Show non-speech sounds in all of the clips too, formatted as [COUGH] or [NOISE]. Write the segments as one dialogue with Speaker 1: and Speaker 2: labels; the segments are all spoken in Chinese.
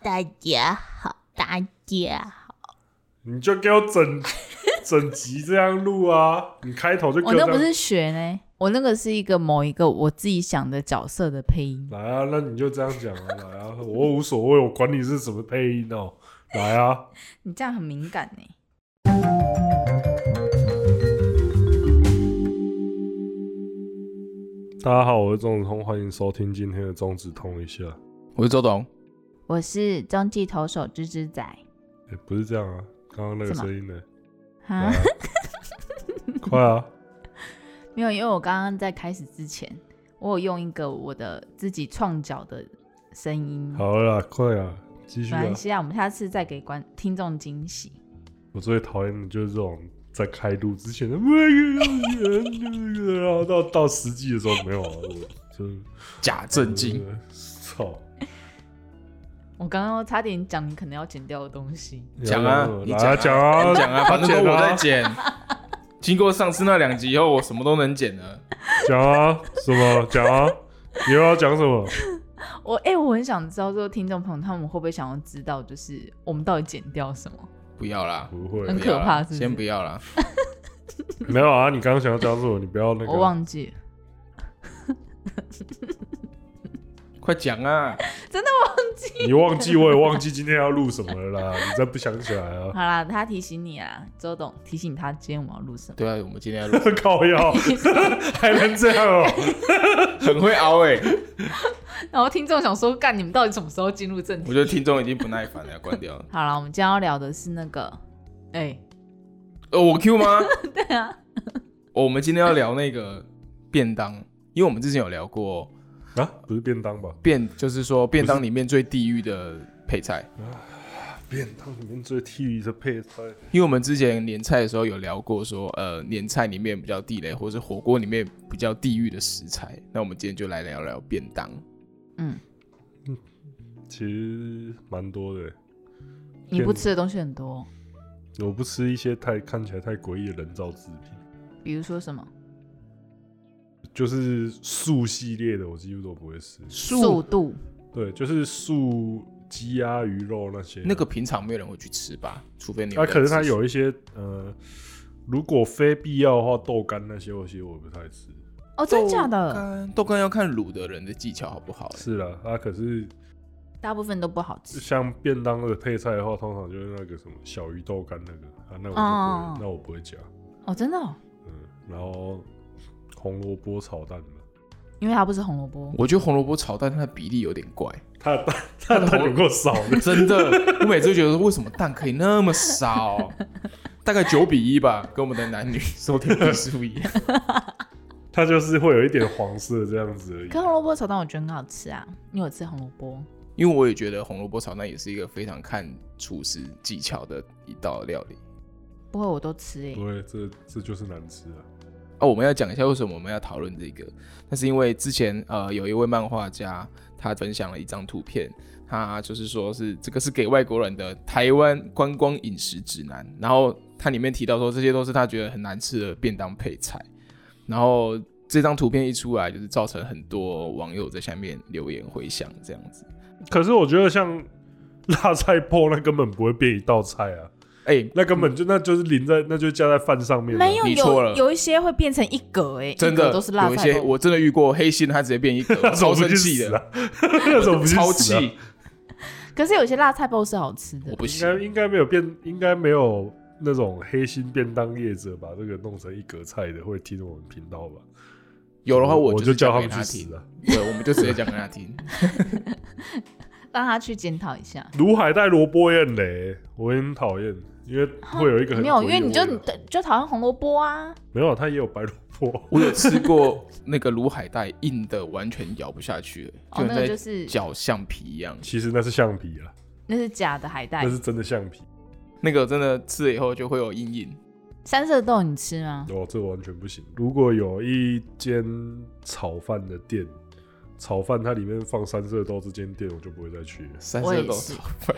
Speaker 1: 大家好，大家好。
Speaker 2: 你就给我
Speaker 3: [LAUGHS]
Speaker 2: 整整集这样录啊！你开头就给
Speaker 3: 我
Speaker 2: 我这
Speaker 3: 那
Speaker 2: 样
Speaker 3: 不是学呢，我那个是一个某一个我自己想的角色的配音。
Speaker 2: 来啊，那你就这样讲啊，来啊，我无所谓，我管你是什么配音哦，来啊，
Speaker 3: 你这样很敏感呢。
Speaker 2: 大家好，我是钟子通，欢迎收听今天的中指通一下，
Speaker 4: 我是周董，
Speaker 3: 我是中继投手芝芝仔。
Speaker 2: 哎、不是这样啊，刚刚那个
Speaker 3: 怎么
Speaker 2: 声音呢？来
Speaker 3: 哈
Speaker 2: 啊，快啊，
Speaker 3: 没有，因为我刚刚在开始之前，我有用一个我的自己创角的声音。
Speaker 2: 好了啦，快啊，继续
Speaker 3: 没
Speaker 2: 啊
Speaker 3: 关！系啊，我们下次再给观听众惊喜。
Speaker 2: 我最讨厌的就是这种在开录之前的，然后到到实际的时候没有啊，我真
Speaker 4: 假正经，，
Speaker 2: 操！
Speaker 3: 我刚刚差点讲你可能要剪掉的东西。
Speaker 4: 讲啊你
Speaker 2: 来
Speaker 4: 讲
Speaker 2: 讲啊，
Speaker 4: 啊讲 [LAUGHS] 啊，
Speaker 2: 他
Speaker 4: 反正
Speaker 2: 剪
Speaker 4: 都我
Speaker 2: 啊
Speaker 4: 在剪。经过上次那两集以后，我什么都能剪了。
Speaker 2: 讲啊，什么讲啊？你又要讲什么？
Speaker 3: 我哎、我很想知道，说听众朋友他们会不会想要知道，就是我们到底剪掉什么？
Speaker 4: 不要啦，
Speaker 2: 不会，
Speaker 3: 很
Speaker 4: 不要啦
Speaker 3: 可怕是不是
Speaker 4: 先不要啦。
Speaker 2: 没有啊。你刚刚想要讲什么？你不要那
Speaker 3: 我
Speaker 2: 个。
Speaker 3: 忘记了。
Speaker 4: 快讲啊！
Speaker 2: 你忘记，我也忘记今天要录什么了
Speaker 3: [LAUGHS]
Speaker 2: 啦。你再不想起来啊 [LAUGHS]
Speaker 3: 好，啦，他提醒你啊，周董提醒他今天我们要录什么。
Speaker 4: 对啊，我们今天要录，
Speaker 2: 靠腰 [LAUGHS] 还能这样哦、
Speaker 4: [LAUGHS] 很会熬哎、
Speaker 3: 然后听众想说，干你们到底什么时候进入正
Speaker 4: 我
Speaker 3: 题？
Speaker 4: 觉得听众已经不耐烦了，关掉了。
Speaker 3: 好了，我们今天要聊的是那个，哎、
Speaker 4: 呃，我 Q 吗？哦
Speaker 3: 对啊，
Speaker 4: 我们今天要聊那个便当，因为我们之前有聊过
Speaker 2: 啊，不是便当吧？
Speaker 4: 便，就是说便当里面最地狱的配菜。
Speaker 2: 便当里面最 T 鱼的配菜，
Speaker 4: 因为我们之前年菜的时候有聊过说，呃，年菜里面比较地雷，或是火锅里面比较地狱的食材。那我们今天就来聊聊便当。
Speaker 3: 嗯，
Speaker 2: 其实蛮多的欸、
Speaker 3: 你不吃的东西很多，
Speaker 2: 我不吃一些太看起来太诡异的人造制品，
Speaker 3: 比如说什么
Speaker 2: 就是素系列的，我几乎都不会吃。
Speaker 3: 速度，
Speaker 2: 对，就是素鸡啊、鱼肉那些啊。
Speaker 4: 那个平常没有人会去吃吧，除非你
Speaker 2: 啊，可是它
Speaker 4: 人吃素
Speaker 2: 有一些呃，如果非必要的话，豆干那些我其实我不太吃。
Speaker 3: 哦，真假的，
Speaker 4: 干豆干要看卤的人的技巧好不好、欸
Speaker 2: 是啦，啊，可是
Speaker 3: 大部分都不好吃。
Speaker 2: 像便当的配菜的话，通常就是那个什么小鱼豆干那个啊，那我就不会，
Speaker 3: 哦
Speaker 2: 那我不会加。
Speaker 3: 哦，真的、哦，
Speaker 2: 嗯，然后红萝卜炒蛋嘛，
Speaker 3: 因为它不是红萝卜。
Speaker 4: 我觉得红萝卜炒蛋它的比例有点
Speaker 2: [LAUGHS]
Speaker 4: 怪，
Speaker 2: 它的蛋它的蛋有够少的，
Speaker 4: 真的，我每次都觉得说为什么蛋可以那么少，
Speaker 3: [LAUGHS]
Speaker 4: 大概九比一吧，跟我们的男女收听比数一样。
Speaker 2: 它就是会有一点黄色这样子而已。
Speaker 3: 可红萝卜炒蛋我觉得很好吃啊，你有吃红萝卜？
Speaker 4: 因为我也觉得红萝卜炒蛋也是一个非常看厨师技巧的一道料理。
Speaker 3: 不会，我都吃欸诶、
Speaker 2: 对，这这就是难吃啊。
Speaker 4: 哦，我们要讲一下为什么我们要讨论这个，那是因为之前呃有一位漫画家，他分享了一张图片，他就是说是这个是给外国人的台湾观光饮食指南，然后它里面提到说这些都是他觉得很难吃的便当配菜，然后这张图片一出来，就是造成很多网友在下面留言回响这样子。
Speaker 2: 可是我觉得像 [LAUGHS] 辣菜包那根本不会变一道菜啊，
Speaker 4: 哎、
Speaker 2: 那根本就那就是淋在那就加在饭上面啊。
Speaker 3: 没有，
Speaker 4: 你错
Speaker 3: 有
Speaker 4: 了
Speaker 3: 有一些会变成一格诶、
Speaker 4: 真
Speaker 3: 一格
Speaker 4: 的
Speaker 3: 都是辣
Speaker 4: 有一
Speaker 3: 菜
Speaker 4: 些
Speaker 3: 包。
Speaker 4: 我真的遇过黑心，他直接
Speaker 2: [LAUGHS]
Speaker 4: 变一格，我超生气的，
Speaker 2: 啊， [LAUGHS] 那种不去死啊
Speaker 4: 超气，
Speaker 3: 可是有些辣菜包是好吃的
Speaker 4: 我。不
Speaker 2: 应
Speaker 4: 行。
Speaker 2: 该应该没有变，应该没有那种黑心便当业者把这个弄成一格菜的会听我们频道吧？
Speaker 4: 有的话
Speaker 2: 我
Speaker 4: 就
Speaker 2: 就是叫
Speaker 4: 讲
Speaker 2: 他
Speaker 4: 给
Speaker 2: 们去
Speaker 4: 他听
Speaker 2: 死，啊！
Speaker 4: 对，我们就直接讲给他听。
Speaker 3: 让他去检讨一下。
Speaker 2: 卤海带萝卜也很雷，我很讨厌，因为会有一个很
Speaker 3: 没有，
Speaker 2: 诡异
Speaker 3: 因
Speaker 2: 的
Speaker 3: 为你就
Speaker 2: 味道
Speaker 3: 就讨厌红萝卜啊。
Speaker 2: 没有，它也有白萝卜，
Speaker 4: 我有吃过那个卤海带，硬的完全咬不下去了，
Speaker 3: 哦，那个就
Speaker 4: 在
Speaker 3: 是
Speaker 4: 嚼橡皮一样。
Speaker 2: 其实那是橡皮啊，
Speaker 3: 那是假的海带
Speaker 2: 那。是真的橡皮。
Speaker 4: 那个真的吃了以后就会有阴影。
Speaker 3: 三色豆你吃吗？
Speaker 2: 哦，这完全不行。如果有一间炒饭的店，炒饭它里面放三色豆，这间店我就不会再去了。
Speaker 4: 三
Speaker 3: 我
Speaker 4: 色
Speaker 3: 也
Speaker 4: 豆
Speaker 3: 是
Speaker 4: 炒饭，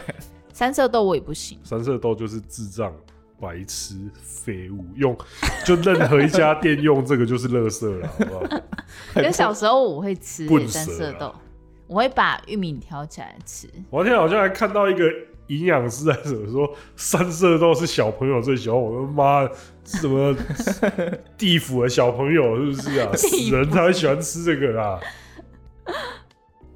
Speaker 3: 三色豆我也
Speaker 2: [LAUGHS]
Speaker 3: 不行。
Speaker 2: 三色豆就是智障、白痴、废物，用就任何一家店用这个就是垃圾了，好不好？
Speaker 3: 可是小时候我会吃
Speaker 2: 笨
Speaker 3: 三色豆，我会把玉米挑起来吃。
Speaker 2: 我那天好像还看到一个营养师还是什么说，三色豆是小朋友最喜欢。我说妈，什
Speaker 3: [LAUGHS]
Speaker 2: 么地府的小朋友是不是啊？死
Speaker 3: 地
Speaker 2: 人才会喜欢吃这个啦。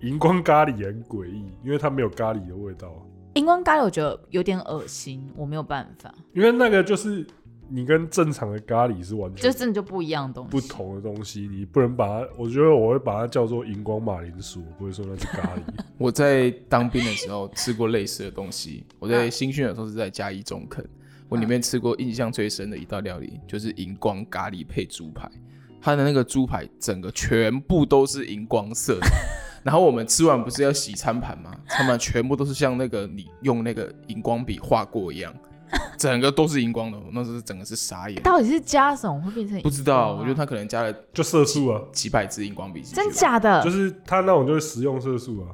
Speaker 2: 荧光咖喱也很诡异，因为它没有咖喱的味道，
Speaker 3: 荧光咖喱我觉得有点恶心，我没有办法，
Speaker 2: 因为那个就是你跟正常的咖喱是完
Speaker 3: 就
Speaker 2: 全
Speaker 3: 真的就不一样的东西。
Speaker 2: 不，同的东西，你不能把它。我觉得我会把它叫做荧光马铃薯，我不会说那是咖喱。
Speaker 4: 我在当兵的时候吃过类似的东西。我
Speaker 3: 嗯
Speaker 4: 在新训的时候是在嘉义中肯，我里面吃过印象最深的一道料理就是荧光咖喱配猪排，它的那个猪排整个全部都是荧光色
Speaker 3: [LAUGHS]
Speaker 4: 的。然后我们吃完不是要洗餐盘吗？餐盘全部都是像那个你用那个荧光笔画
Speaker 3: [LAUGHS]
Speaker 4: 过一样，整个都是荧光的。我那时候整个是傻眼，
Speaker 3: 到底是加什么会变成、
Speaker 4: 不知道，我觉得他可能加了
Speaker 2: 就色素
Speaker 3: [LAUGHS]
Speaker 2: 啊，
Speaker 4: 几百支荧光笔进去吧。
Speaker 3: 真假的，
Speaker 2: 就是它那种就是食用色素啊，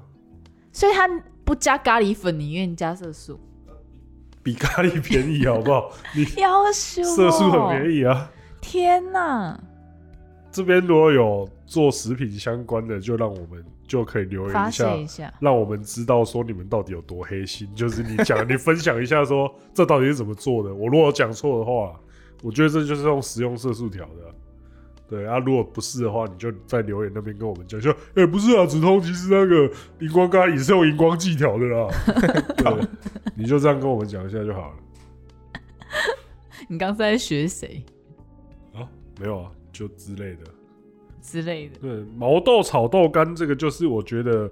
Speaker 3: 所以它不加咖喱粉，宁愿加
Speaker 2: [LAUGHS]
Speaker 3: 色素。
Speaker 2: 比咖喱便宜好不好？你
Speaker 3: 要求、
Speaker 2: 哦色素很便
Speaker 3: 宜。
Speaker 2: 宜啊。
Speaker 3: 天哪，
Speaker 2: [LAUGHS] 这边如果有做食品相关的，就让我们就可以留言
Speaker 3: 发
Speaker 2: 一下
Speaker 3: 泄，一下。
Speaker 2: 让我们知道说你们到底有多黑心。就是你讲，你分享一下说这到底是怎么做的。我如果讲错的话，我觉得这就是用食用色素调的啊。对啊，如果不是的话，你就在留言那边跟我们讲，说， [LAUGHS] 哎、不是啊，止痛其实那个荧光咖喱是用荧光剂调的 [LAUGHS] 啦。对，你就这样跟我们讲一下就好了。
Speaker 3: 你刚刚是在学谁
Speaker 2: 啊，没有啊，就之类的。
Speaker 3: 之类的？
Speaker 2: 对，毛豆炒豆干这个就是我觉得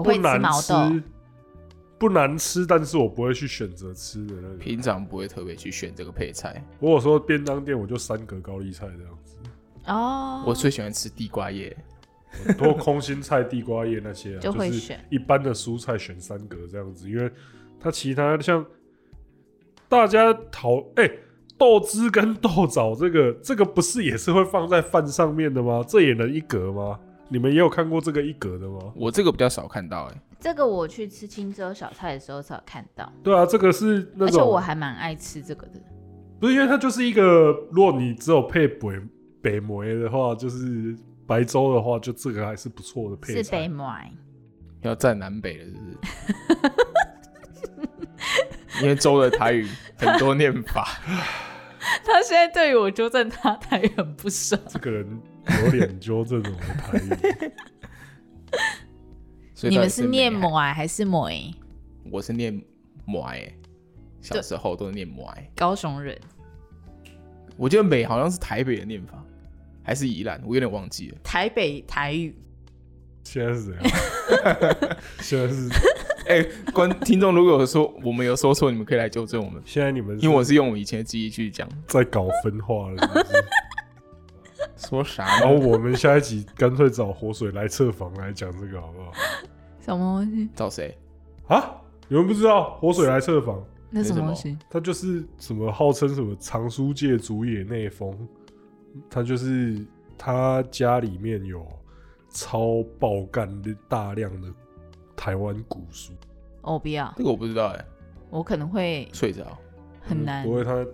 Speaker 2: 不
Speaker 3: 哦会吃
Speaker 2: 难
Speaker 3: 毛豆，
Speaker 2: 不难吃，但是我不会去选择吃的那个。
Speaker 4: 平常不会特别去选这个配菜。
Speaker 2: 如果说便当店，我就三格高丽菜这样子，
Speaker 3: 哦，
Speaker 4: 我最喜欢吃地瓜叶，
Speaker 3: [LAUGHS]
Speaker 2: 很多空心菜、地瓜叶那些、啊，
Speaker 3: 就会
Speaker 2: 是
Speaker 3: 选
Speaker 2: 一般的蔬菜选三格这样子，因为它其他像大家讨哎、豆汁跟豆枣这个这个不是也是会放在饭上面的吗？这也能一格吗？你们也有看过这个一格的吗？
Speaker 4: 我这个比较少看到哎、
Speaker 3: 这个我去吃青州小菜的时候才有看到，
Speaker 2: 对啊，这个是那
Speaker 3: 而且
Speaker 2: 种
Speaker 3: 我还蛮爱吃这个的。
Speaker 2: 不是因为它就是一个，如果你只有配北北梅的话，就是白粥的话，就这个还是不错的配
Speaker 3: 是北
Speaker 2: 菜。
Speaker 3: 买，
Speaker 4: 要站南北了是 [LAUGHS] 不是？因为周的台语很多念法，
Speaker 3: [LAUGHS] 他现在对于我纠正他台语很不爽。
Speaker 2: 这个人有脸揪这种的台
Speaker 3: [LAUGHS]
Speaker 2: 语，
Speaker 4: 所以
Speaker 3: 你
Speaker 4: 到
Speaker 3: 们
Speaker 4: 底
Speaker 3: 是
Speaker 4: 美啊
Speaker 3: 念
Speaker 4: 还，
Speaker 3: 买还是买？
Speaker 4: 我是念母哎、小时候都念母哎。
Speaker 3: 高雄人，
Speaker 4: 我觉得美好像是台北的念法，还是宜兰，我有点忘记了。
Speaker 3: 台北台语，
Speaker 2: 现在是怎样？ [LAUGHS] 现在是
Speaker 4: 哎、观 [LAUGHS] 听众如果有说我们有说错，你们可以来纠正我们，
Speaker 2: 现在你们
Speaker 4: 因为我是用我以前的记忆去讲，
Speaker 2: 在搞分化了，是不是？
Speaker 4: 说啥
Speaker 2: 然后
Speaker 4: 呢？
Speaker 2: 我们下一集干脆找活水来测房来讲这个好不好？
Speaker 3: 什么东西？
Speaker 4: 找谁？
Speaker 2: 啊，你们不知道活水来测房，
Speaker 3: 那
Speaker 4: 什
Speaker 3: 什么
Speaker 4: 么东
Speaker 3: 东
Speaker 4: 西
Speaker 3: 西？
Speaker 2: 他就是什么号称什么藏书界竹野内丰，他就是他家里面有超爆干的大量的台湾古书，
Speaker 3: 我哦不要，
Speaker 4: 这个我不知道哎、
Speaker 3: 我可能会
Speaker 4: 睡着。
Speaker 3: 很难
Speaker 2: 嗯不，过他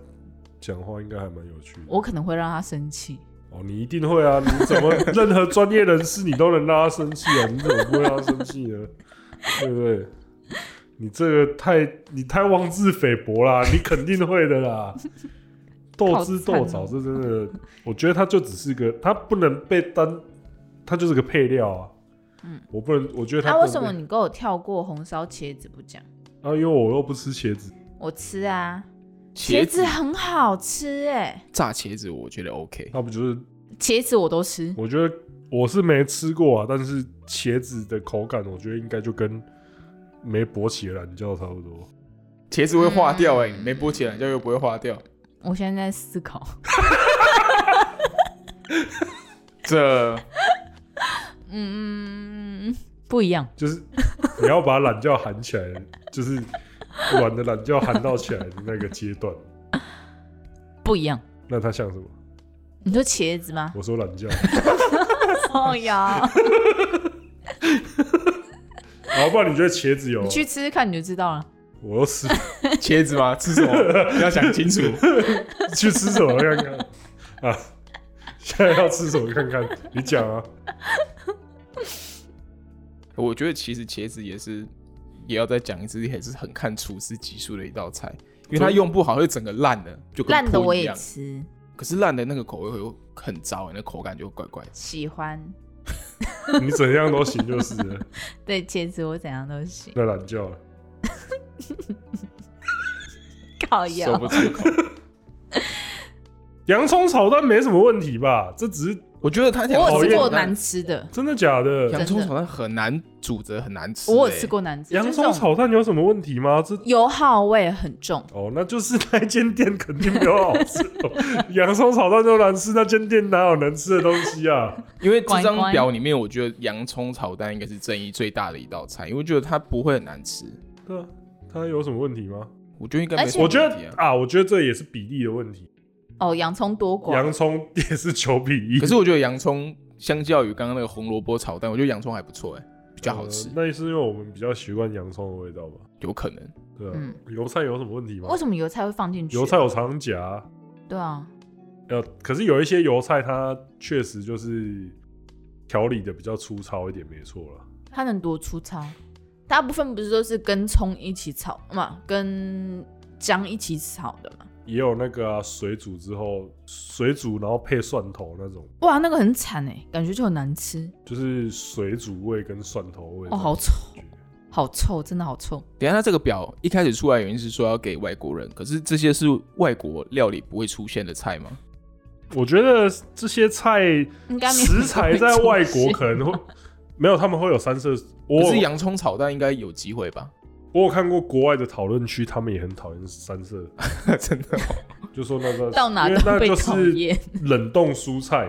Speaker 2: 讲话应该还蛮有趣的。
Speaker 3: 我可能会让他生气。
Speaker 2: 哦，你一定会啊！你怎么任何专业人士你都能让他生气啊？你怎么不会让他生气呢？对不对？你这个太你太妄自菲薄啦！你肯定会的啦。斗智斗
Speaker 3: 好惨
Speaker 2: 枣
Speaker 3: 哦
Speaker 2: 这真的，我觉得它就只是个，它不能被单，它就是个配料啊。
Speaker 3: 嗯，
Speaker 2: 我不能，我觉得它
Speaker 3: 那
Speaker 2: 不
Speaker 3: 啊为
Speaker 2: 能
Speaker 3: 什么
Speaker 2: 被
Speaker 3: 你给我跳过红烧茄子不讲？
Speaker 2: 啊？因为我又不吃茄子，
Speaker 3: 我吃啊，
Speaker 4: 茄
Speaker 3: 子很好吃哎，
Speaker 4: 炸茄子，我觉得 OK。
Speaker 2: 那不就是？
Speaker 3: 茄子我都吃。
Speaker 2: 我觉得我是没吃过啊，但是茄子的口感，我觉得应该就跟没勃起的懒觉差不多。
Speaker 4: 茄子会化掉哎、
Speaker 3: 嗯
Speaker 4: 你没剥起来，就又不会化掉。
Speaker 3: 我现在在思考，
Speaker 4: 这
Speaker 3: 嗯，不一样。
Speaker 2: 就是你要把懒觉含起来，就是碗的懒觉含到起来的那个阶段，
Speaker 3: 不一样。
Speaker 2: 那它像什么？
Speaker 3: 你说茄子吗？
Speaker 2: 我说懒觉，
Speaker 3: 哦呀，
Speaker 2: 好，不然你觉得茄子有啊
Speaker 3: [LAUGHS] 你？去吃吃看你就知道了。
Speaker 2: 我又吃 [LAUGHS]
Speaker 4: 茄子吗？吃什么？要想清楚。
Speaker 2: 去吃什么看看啊？现在要吃什么看看？你讲啊，
Speaker 4: 我觉得其实茄子也是，也要再讲一次，也是很看厨师技术的一道菜，因为它用不好会整个烂了，就跟
Speaker 3: 烂的
Speaker 4: 铺一
Speaker 3: 我也
Speaker 4: 样
Speaker 3: 吃，
Speaker 4: 可是烂的那个口味会很糟、欸，那口感就怪怪的。
Speaker 3: 喜欢。
Speaker 2: 你怎样都行就是了，
Speaker 3: 对茄子我怎样都行，
Speaker 2: 在懒觉了。
Speaker 3: 靠
Speaker 4: 说
Speaker 3: 腰
Speaker 4: 不。出口。
Speaker 2: 洋葱炒蛋没什么问题吧？这只是
Speaker 4: 我觉得它
Speaker 3: 我有
Speaker 2: 讨
Speaker 3: 吃
Speaker 2: 厌
Speaker 3: 过
Speaker 2: 的
Speaker 3: 难吃的，
Speaker 2: 真的假的？
Speaker 4: 洋葱炒蛋很难煮着，很难吃、
Speaker 3: 我有
Speaker 4: 欸
Speaker 3: 吃，过难吃，
Speaker 2: 洋
Speaker 3: 就是这
Speaker 2: 葱
Speaker 3: 种
Speaker 2: 炒蛋有什么问题吗？这
Speaker 3: 油耗味很重。
Speaker 2: 哦，那就是那间店肯定没有好吃、哦 [LAUGHS] 洋葱炒蛋都难吃，那间店哪有能吃的东西啊？
Speaker 4: 因为这
Speaker 3: 乖
Speaker 4: 张
Speaker 3: 乖
Speaker 4: 表里面，我觉得洋葱炒蛋应该是正义最大的一道菜，因为我觉得它不会很难吃。
Speaker 2: 对啊，它有什么问题吗？
Speaker 4: 我觉得应该没
Speaker 3: 而
Speaker 4: 什
Speaker 3: 且
Speaker 4: 么
Speaker 2: 我
Speaker 4: 问题
Speaker 2: 觉
Speaker 4: 啊、
Speaker 2: 得啊，我觉得这也是比例的问题。
Speaker 3: 哦，洋葱多寡，
Speaker 2: 洋葱 [LAUGHS] 也是九比 [LAUGHS] 一，
Speaker 4: 可是我觉得洋葱相较于刚刚那个红萝卜炒蛋，我觉得洋葱还不错哎、比较好吃
Speaker 2: 呃，那也是因为我们比较习惯洋葱的味道吧？
Speaker 4: 有可能。
Speaker 2: 对啊，
Speaker 3: 嗯
Speaker 2: 油菜有什么问题吗
Speaker 3: 为？什么油菜会放进去？
Speaker 2: 油菜有常夹，
Speaker 3: 对啊，
Speaker 2: 呃，可是有一些油菜它确实就是调理的比较粗糙一点，没错啦。
Speaker 3: 它能多粗糙？大部分不是都是跟葱一起炒嘛，跟姜一起炒的嘛？
Speaker 2: 也有那个啊、水煮之后，水煮然后配蒜头那种，
Speaker 3: 哇，那个很惨哎，感觉就很难吃
Speaker 2: 就是水煮味跟蒜头味。
Speaker 3: 哦，好臭，好臭，真的好臭。
Speaker 4: 等一下，它这个表一开始出来的原因是说要给外国人，可是这些是外国料理不会出现的菜吗？
Speaker 2: 我觉得这些菜
Speaker 3: 应该没有
Speaker 2: 食材在外国可
Speaker 3: 能
Speaker 2: 能会没有，他们会有三色。我
Speaker 4: 可是
Speaker 2: 有
Speaker 4: 洋葱炒蛋应该有机会吧？
Speaker 2: [LAUGHS] 我有看过国外的讨论区，他们也很讨厌三色，
Speaker 4: 真的、哦，
Speaker 2: 就说那个
Speaker 3: 到哪
Speaker 2: 因为
Speaker 3: 都
Speaker 2: 那
Speaker 3: 被
Speaker 2: 就
Speaker 3: 讨
Speaker 2: 是
Speaker 3: 厌。
Speaker 2: 冷冻蔬菜。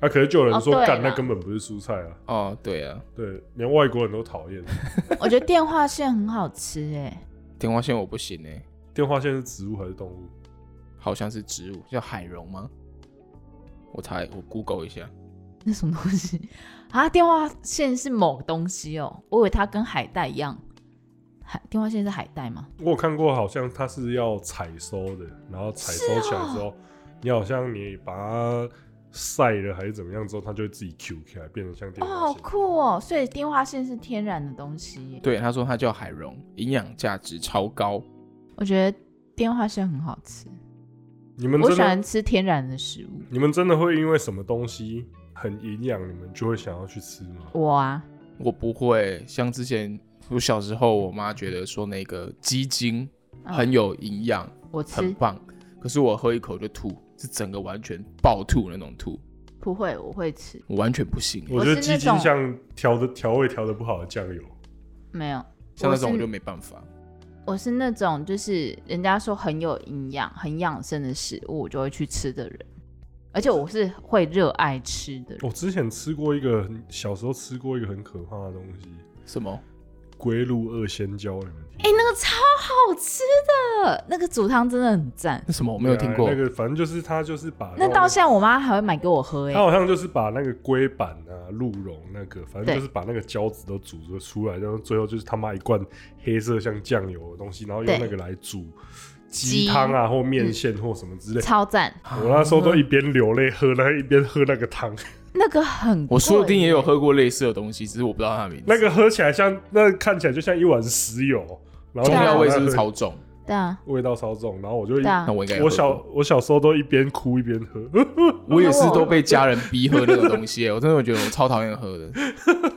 Speaker 2: 啊，可是就有人说
Speaker 3: 哦对啦
Speaker 2: 干、那根本不是蔬菜啊，
Speaker 4: 哦，对啊，
Speaker 2: 对，连外国人都讨厌。
Speaker 3: [LAUGHS] 我觉得电话线很好吃哎，
Speaker 4: 天花线我不行哎、
Speaker 2: 电话线是植物还是动物？
Speaker 4: 好像是植物，叫海茸吗？我猜，我 Google 一下。
Speaker 3: 那什么东西啊？电话线是某东西哦，我以为它跟海带一样。海电话线是海带吗？
Speaker 2: 我有看过，好像它是要采收的，然后采收起来之
Speaker 3: 哦
Speaker 2: 后，你好像你把它晒了还是怎么样之后，它就会自己 Q 起来，变成像电
Speaker 3: 哦，
Speaker 2: 话
Speaker 3: 好
Speaker 2: 线。
Speaker 3: 酷哦！所以电话线是天然的东西耶。
Speaker 4: 对，他说它叫海茸，营养价值超高。
Speaker 3: 我觉得电话线很好吃，
Speaker 2: 你们
Speaker 3: 我
Speaker 2: 真
Speaker 3: 喜欢
Speaker 2: 的，
Speaker 3: 吃天然的食物。
Speaker 2: 你们真的会因为什么东西很营养，你们就会想要去吃吗？
Speaker 3: 我啊，
Speaker 4: 我不会，像之前我小时候，我妈觉得说那个鸡精
Speaker 3: 嗯
Speaker 4: 很有营养，
Speaker 3: 我
Speaker 4: 很
Speaker 3: 吃
Speaker 4: 棒，可是我喝一口就吐，是整个完全暴吐那种吐，
Speaker 3: 不会，我会吃，
Speaker 4: 我完全不行。
Speaker 2: 我觉得
Speaker 3: 我是
Speaker 2: 鸡
Speaker 3: 那
Speaker 2: 精
Speaker 3: 种
Speaker 2: 像调的调味调的不好的酱油，
Speaker 3: 没有。
Speaker 4: 像那种
Speaker 3: 我
Speaker 4: 我
Speaker 3: 是
Speaker 4: 就没办法。
Speaker 3: 我是那种就是人家说很有营养、很养生的食物，我就会去吃的人，而且我是会热爱吃的人。
Speaker 2: 我之前吃过一个很，小时候吃过一个很可怕的东西
Speaker 4: 什么？
Speaker 2: ——龟鹿二仙胶，你们听？
Speaker 3: 哎、那个超好吃的，那个煮汤真的很赞。
Speaker 4: 那什么我没有听过
Speaker 2: 对啊。那个，反正就是它就是把
Speaker 3: 那到现在我妈还会买给我喝、
Speaker 2: 它
Speaker 3: 欸，哎，
Speaker 2: 好像就是把那个龟板啊、鹿茸那个，反正
Speaker 3: 对
Speaker 2: 就是把那个胶质都煮了出来，然后最后就是他妈一罐黑色像酱油的东西，然后用
Speaker 3: 对
Speaker 2: 那个来煮鸡汤啊或面线或什么之类。
Speaker 3: 超赞，
Speaker 2: 我那时候都一边流泪喝那一边喝那个汤，
Speaker 3: [LAUGHS] 那个很贵。
Speaker 4: 我说不定也有喝过类似的东西，只是我不知道它的名字。
Speaker 2: 那个喝起来像那看起来就像一碗石油，然后
Speaker 4: 中药味
Speaker 2: 那
Speaker 4: 是
Speaker 2: 个
Speaker 4: 不是超重？
Speaker 3: 对啊，
Speaker 2: 味道超重，然后我就一
Speaker 3: 对啊
Speaker 4: 那。我应该也
Speaker 2: 我
Speaker 4: 喝
Speaker 2: 小
Speaker 4: 过
Speaker 2: 我小时候都一边哭一边喝， [LAUGHS]
Speaker 4: 我也是都被家人逼喝那个东西，我真的觉得我超讨厌喝的。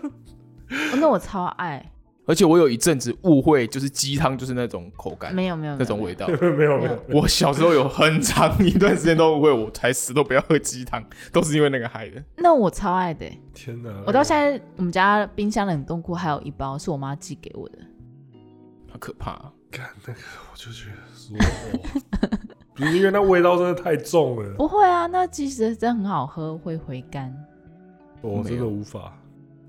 Speaker 3: 哦那我超爱，
Speaker 4: 而且我有一阵子误会，就是鸡汤就是那种口感，
Speaker 3: 没有没有没有
Speaker 4: 那种味道。
Speaker 2: 没有没
Speaker 3: 嗯
Speaker 2: 有，
Speaker 4: [LAUGHS] 我小时候有很长一段时间都误会，我才死都不要喝鸡汤，都是因为那个害的。
Speaker 3: 那我超爱的欸、
Speaker 2: 天哪！
Speaker 3: 我到现在我们家冰箱冷冻库还有一包是我妈寄给我的，
Speaker 4: 好可怕、啊！
Speaker 2: 干那个，我就觉得说， [LAUGHS] 哦不是因为那味道真的太重了，
Speaker 3: 不会啊，那其实真的很好喝，会回甘。
Speaker 2: 我真的无法。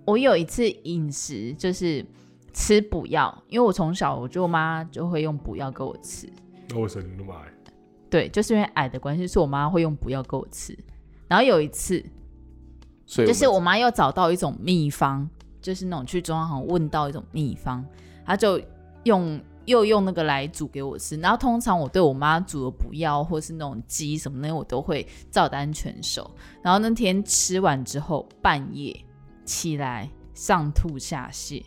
Speaker 3: 我有一次饮食就是吃补药，因为我从小我舅妈就会用补药给我吃，
Speaker 2: 那为什么你那么矮？
Speaker 3: 对，就是因为矮的关系，所以我妈会用补药给我吃。然后有一次，
Speaker 4: 所以
Speaker 3: 就是我妈又找到一种秘方，就是那种去中药行问到一种秘方，她就用又用那个来煮给我吃。然后通常我对我妈煮的补药或是那种鸡什么那些，我都会照单全收。然后那天吃完之后，半夜起来上吐下
Speaker 2: [LAUGHS]
Speaker 3: 泻，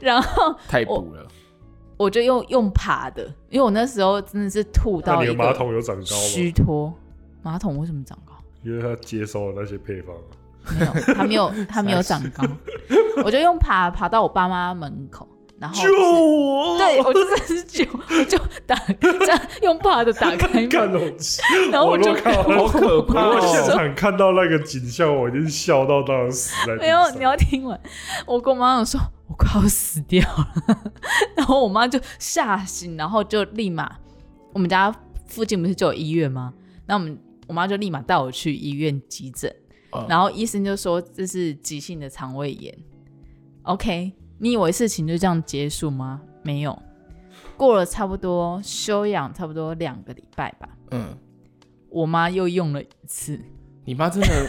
Speaker 3: 然后
Speaker 4: 太补了，
Speaker 3: 我就用用爬的，因为我那时候真的是吐
Speaker 2: 那
Speaker 3: 到
Speaker 2: 你
Speaker 3: 一
Speaker 2: 的马
Speaker 3: 个
Speaker 2: 桶有长高哦
Speaker 3: 虚
Speaker 2: 吗？
Speaker 3: 脱。马桶为什么长高？
Speaker 2: 因为他接收了那些配方
Speaker 3: [LAUGHS]
Speaker 2: 啊，
Speaker 3: 没有，它没有，它没有长
Speaker 2: [LAUGHS]
Speaker 3: 高。我就用爬爬到我爸妈门口，然后
Speaker 2: 救我！
Speaker 3: 对我就真的是就就打这样用爬的打
Speaker 2: [LAUGHS]
Speaker 3: 开
Speaker 2: 干
Speaker 3: 门，
Speaker 2: 了，
Speaker 3: [LAUGHS] 然后我就
Speaker 2: 我看
Speaker 4: 好可
Speaker 2: 我
Speaker 4: 怕
Speaker 2: 如果现
Speaker 4: 哦！
Speaker 2: 场看到那个景象，我已经笑到当然死在地
Speaker 3: 没有，
Speaker 2: 上
Speaker 3: 你要听完。我跟我妈讲说，我快要死掉了， [LAUGHS] 然后我妈就吓醒，然后就立马，我们家附近不是就有医院吗？那我们我妈就立马带我去医院急诊，
Speaker 4: 嗯
Speaker 3: 然后医生就说这是急性的肠胃炎。OK，你以为事情就这样结束吗？没有，过了差不多休养差不多两个礼拜吧，
Speaker 4: 嗯，
Speaker 3: 我妈又用了一次。
Speaker 4: 你妈真的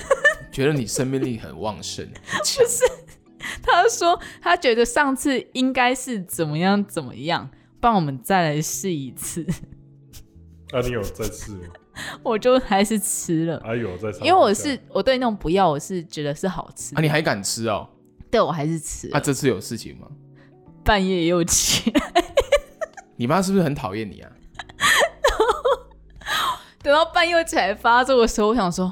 Speaker 4: 觉得你生命力很
Speaker 3: [LAUGHS]
Speaker 4: 旺盛，很强
Speaker 3: 他说他觉得上次应该是怎么样怎么样，帮我们再来试一次。 [LAUGHS]
Speaker 2: 啊，你有再吃吗？
Speaker 3: 我就还是吃了，
Speaker 2: 啊，有再吃，
Speaker 3: 因为我是我对那种不要，我是觉得是好吃
Speaker 4: 啊！，你还敢吃哦？
Speaker 3: [LAUGHS] 对我还是吃了。
Speaker 4: 啊，这次有事情吗？
Speaker 3: 半夜也有吃，
Speaker 4: 你妈是不是很讨厌你啊？
Speaker 3: [LAUGHS] 等到半夜起来发作的时候，我想说，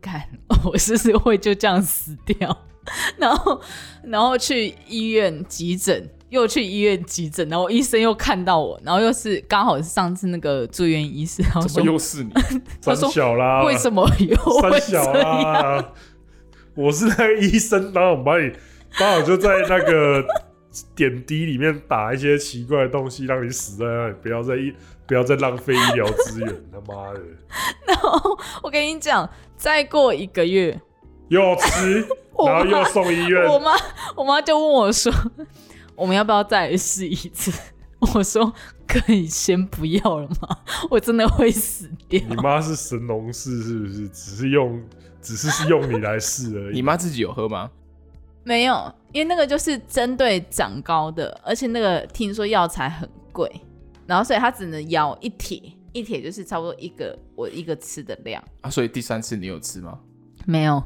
Speaker 3: 干， [LAUGHS] 我是不是会就这样死掉？ [LAUGHS] 然后，然后去医院急诊，又去医院急诊，然后医生又看到我，然后又是刚好是上次那个住院医师，然后说
Speaker 4: 怎么又是你？
Speaker 2: 呃三
Speaker 3: 他说
Speaker 2: 小啊啦，
Speaker 3: 为什么又会
Speaker 2: 三
Speaker 3: 这
Speaker 2: 小
Speaker 3: 样？
Speaker 2: 啦？我是那个医生，然后我把你，刚好就在那个点滴里面打一些奇怪的东西，让你死在那里，不要再医，不要再浪费医疗资源，他妈的，
Speaker 3: 然后我跟你讲，再过一个月，
Speaker 2: 又吃，
Speaker 3: 我
Speaker 2: 然后又
Speaker 3: 妈
Speaker 2: 送医院，
Speaker 3: 我妈我妈就问我说，我们要不要再来试一次？我说可以先不要了吗？我真的会死掉。
Speaker 2: 你妈是神农氏是不是？只是用，只是是用你来试而已。
Speaker 4: [LAUGHS] 你妈自己有喝吗？
Speaker 3: 没有，因为那个就是针对长高的，而且那个听说药材很贵，然后所以她只能咬一帖，一帖就是差不多一个我一个吃的量。
Speaker 4: 啊，所以第三次你有吃吗？
Speaker 3: 没有，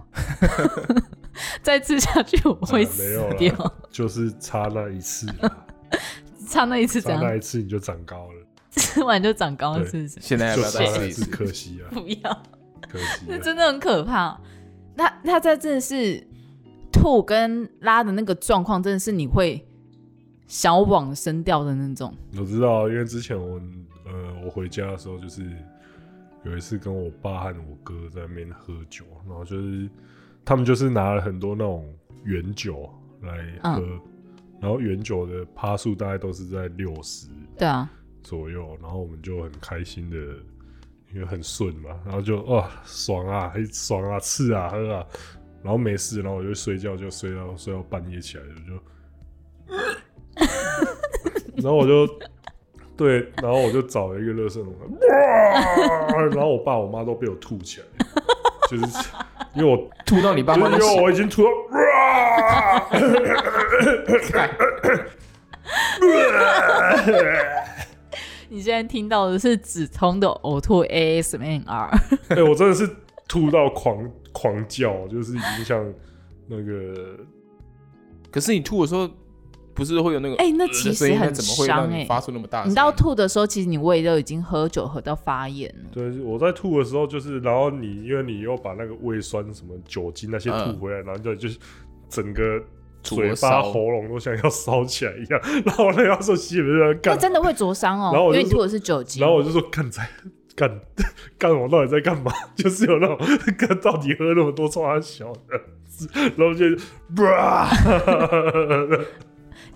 Speaker 3: [LAUGHS] 再吃下去我
Speaker 2: 啊没
Speaker 3: 会死
Speaker 2: 有啦
Speaker 3: 掉。
Speaker 2: 就是差那一
Speaker 3: [LAUGHS]
Speaker 2: 次啦，
Speaker 3: 差那一次怎
Speaker 2: 差
Speaker 3: 样？
Speaker 2: 那一次你就长高了，
Speaker 3: 吃完就长高了，
Speaker 2: 对
Speaker 3: 是不是？
Speaker 4: 现在要
Speaker 2: 就
Speaker 4: 不要
Speaker 2: 差
Speaker 4: 再
Speaker 2: 那
Speaker 4: 试
Speaker 2: 一
Speaker 4: 一
Speaker 2: 次，
Speaker 4: 次？
Speaker 2: 可惜
Speaker 3: [LAUGHS]
Speaker 2: 啊，
Speaker 3: 不要，
Speaker 2: 可惜
Speaker 3: 那
Speaker 2: 啊。
Speaker 3: 真的很可怕。那他这真的是吐跟拉的那个状况，真的是你会小往生掉的那种。
Speaker 2: 我知道，啊因为之前我呃，我回家的时候就是有一次跟我爸和我哥在那边喝酒，然后就是他们就是拿了很多那种原酒来喝，
Speaker 3: 嗯
Speaker 2: 然后原酒的趴数大概都是在六十
Speaker 3: 对啊，
Speaker 2: 左右，然后我们就很开心的，因为很顺嘛，然后就哇爽啊，嘿爽啊，吃啊喝啊，然后没事，然后我就睡觉，就睡到睡到半夜起来，我就，然后我就 [LAUGHS] 对，然后我就找了一个热色桶，哇，然后我爸我妈都被我吐起来，就是因为我
Speaker 4: 吐到你爸妈
Speaker 2: 就
Speaker 4: 都
Speaker 2: 是因为
Speaker 4: 醒
Speaker 2: 我已经吐到，哇，
Speaker 3: 你现在听到的是止痛的呕吐 ASMR，
Speaker 2: 哎、我真的是吐到狂狂叫，就是已经像那个。
Speaker 4: 可是你吐的时候，不是会有那个
Speaker 3: [LAUGHS] 哎、那
Speaker 4: 呃的
Speaker 3: 其
Speaker 4: 声
Speaker 3: 实
Speaker 4: 音那
Speaker 3: 很
Speaker 4: 怎么会让
Speaker 3: 伤哎、
Speaker 4: 你发出那么大的声音？
Speaker 3: 你到吐的时候，其实你胃都已经喝酒喝到发炎了。
Speaker 2: 对，我在吐的时候就是，然后你因为你又把那个胃酸、什么酒精那些
Speaker 4: 嗯
Speaker 2: 吐回来，然后就就是整个
Speaker 4: 吐
Speaker 2: 嘴
Speaker 4: 了
Speaker 2: 巴、
Speaker 4: 烧
Speaker 2: 喉咙都像要烧起来一样。然后我那个时候心里面在
Speaker 3: 那
Speaker 2: 干，
Speaker 3: 真的会灼伤哦，
Speaker 2: 然后我
Speaker 3: 因
Speaker 2: 就
Speaker 3: 为你吐的是酒精。
Speaker 2: 然后我就说干在 [LAUGHS] 干干，我到底在干嘛？就是有那种干到底喝那么多超小的，然后就 [LAUGHS] 哇，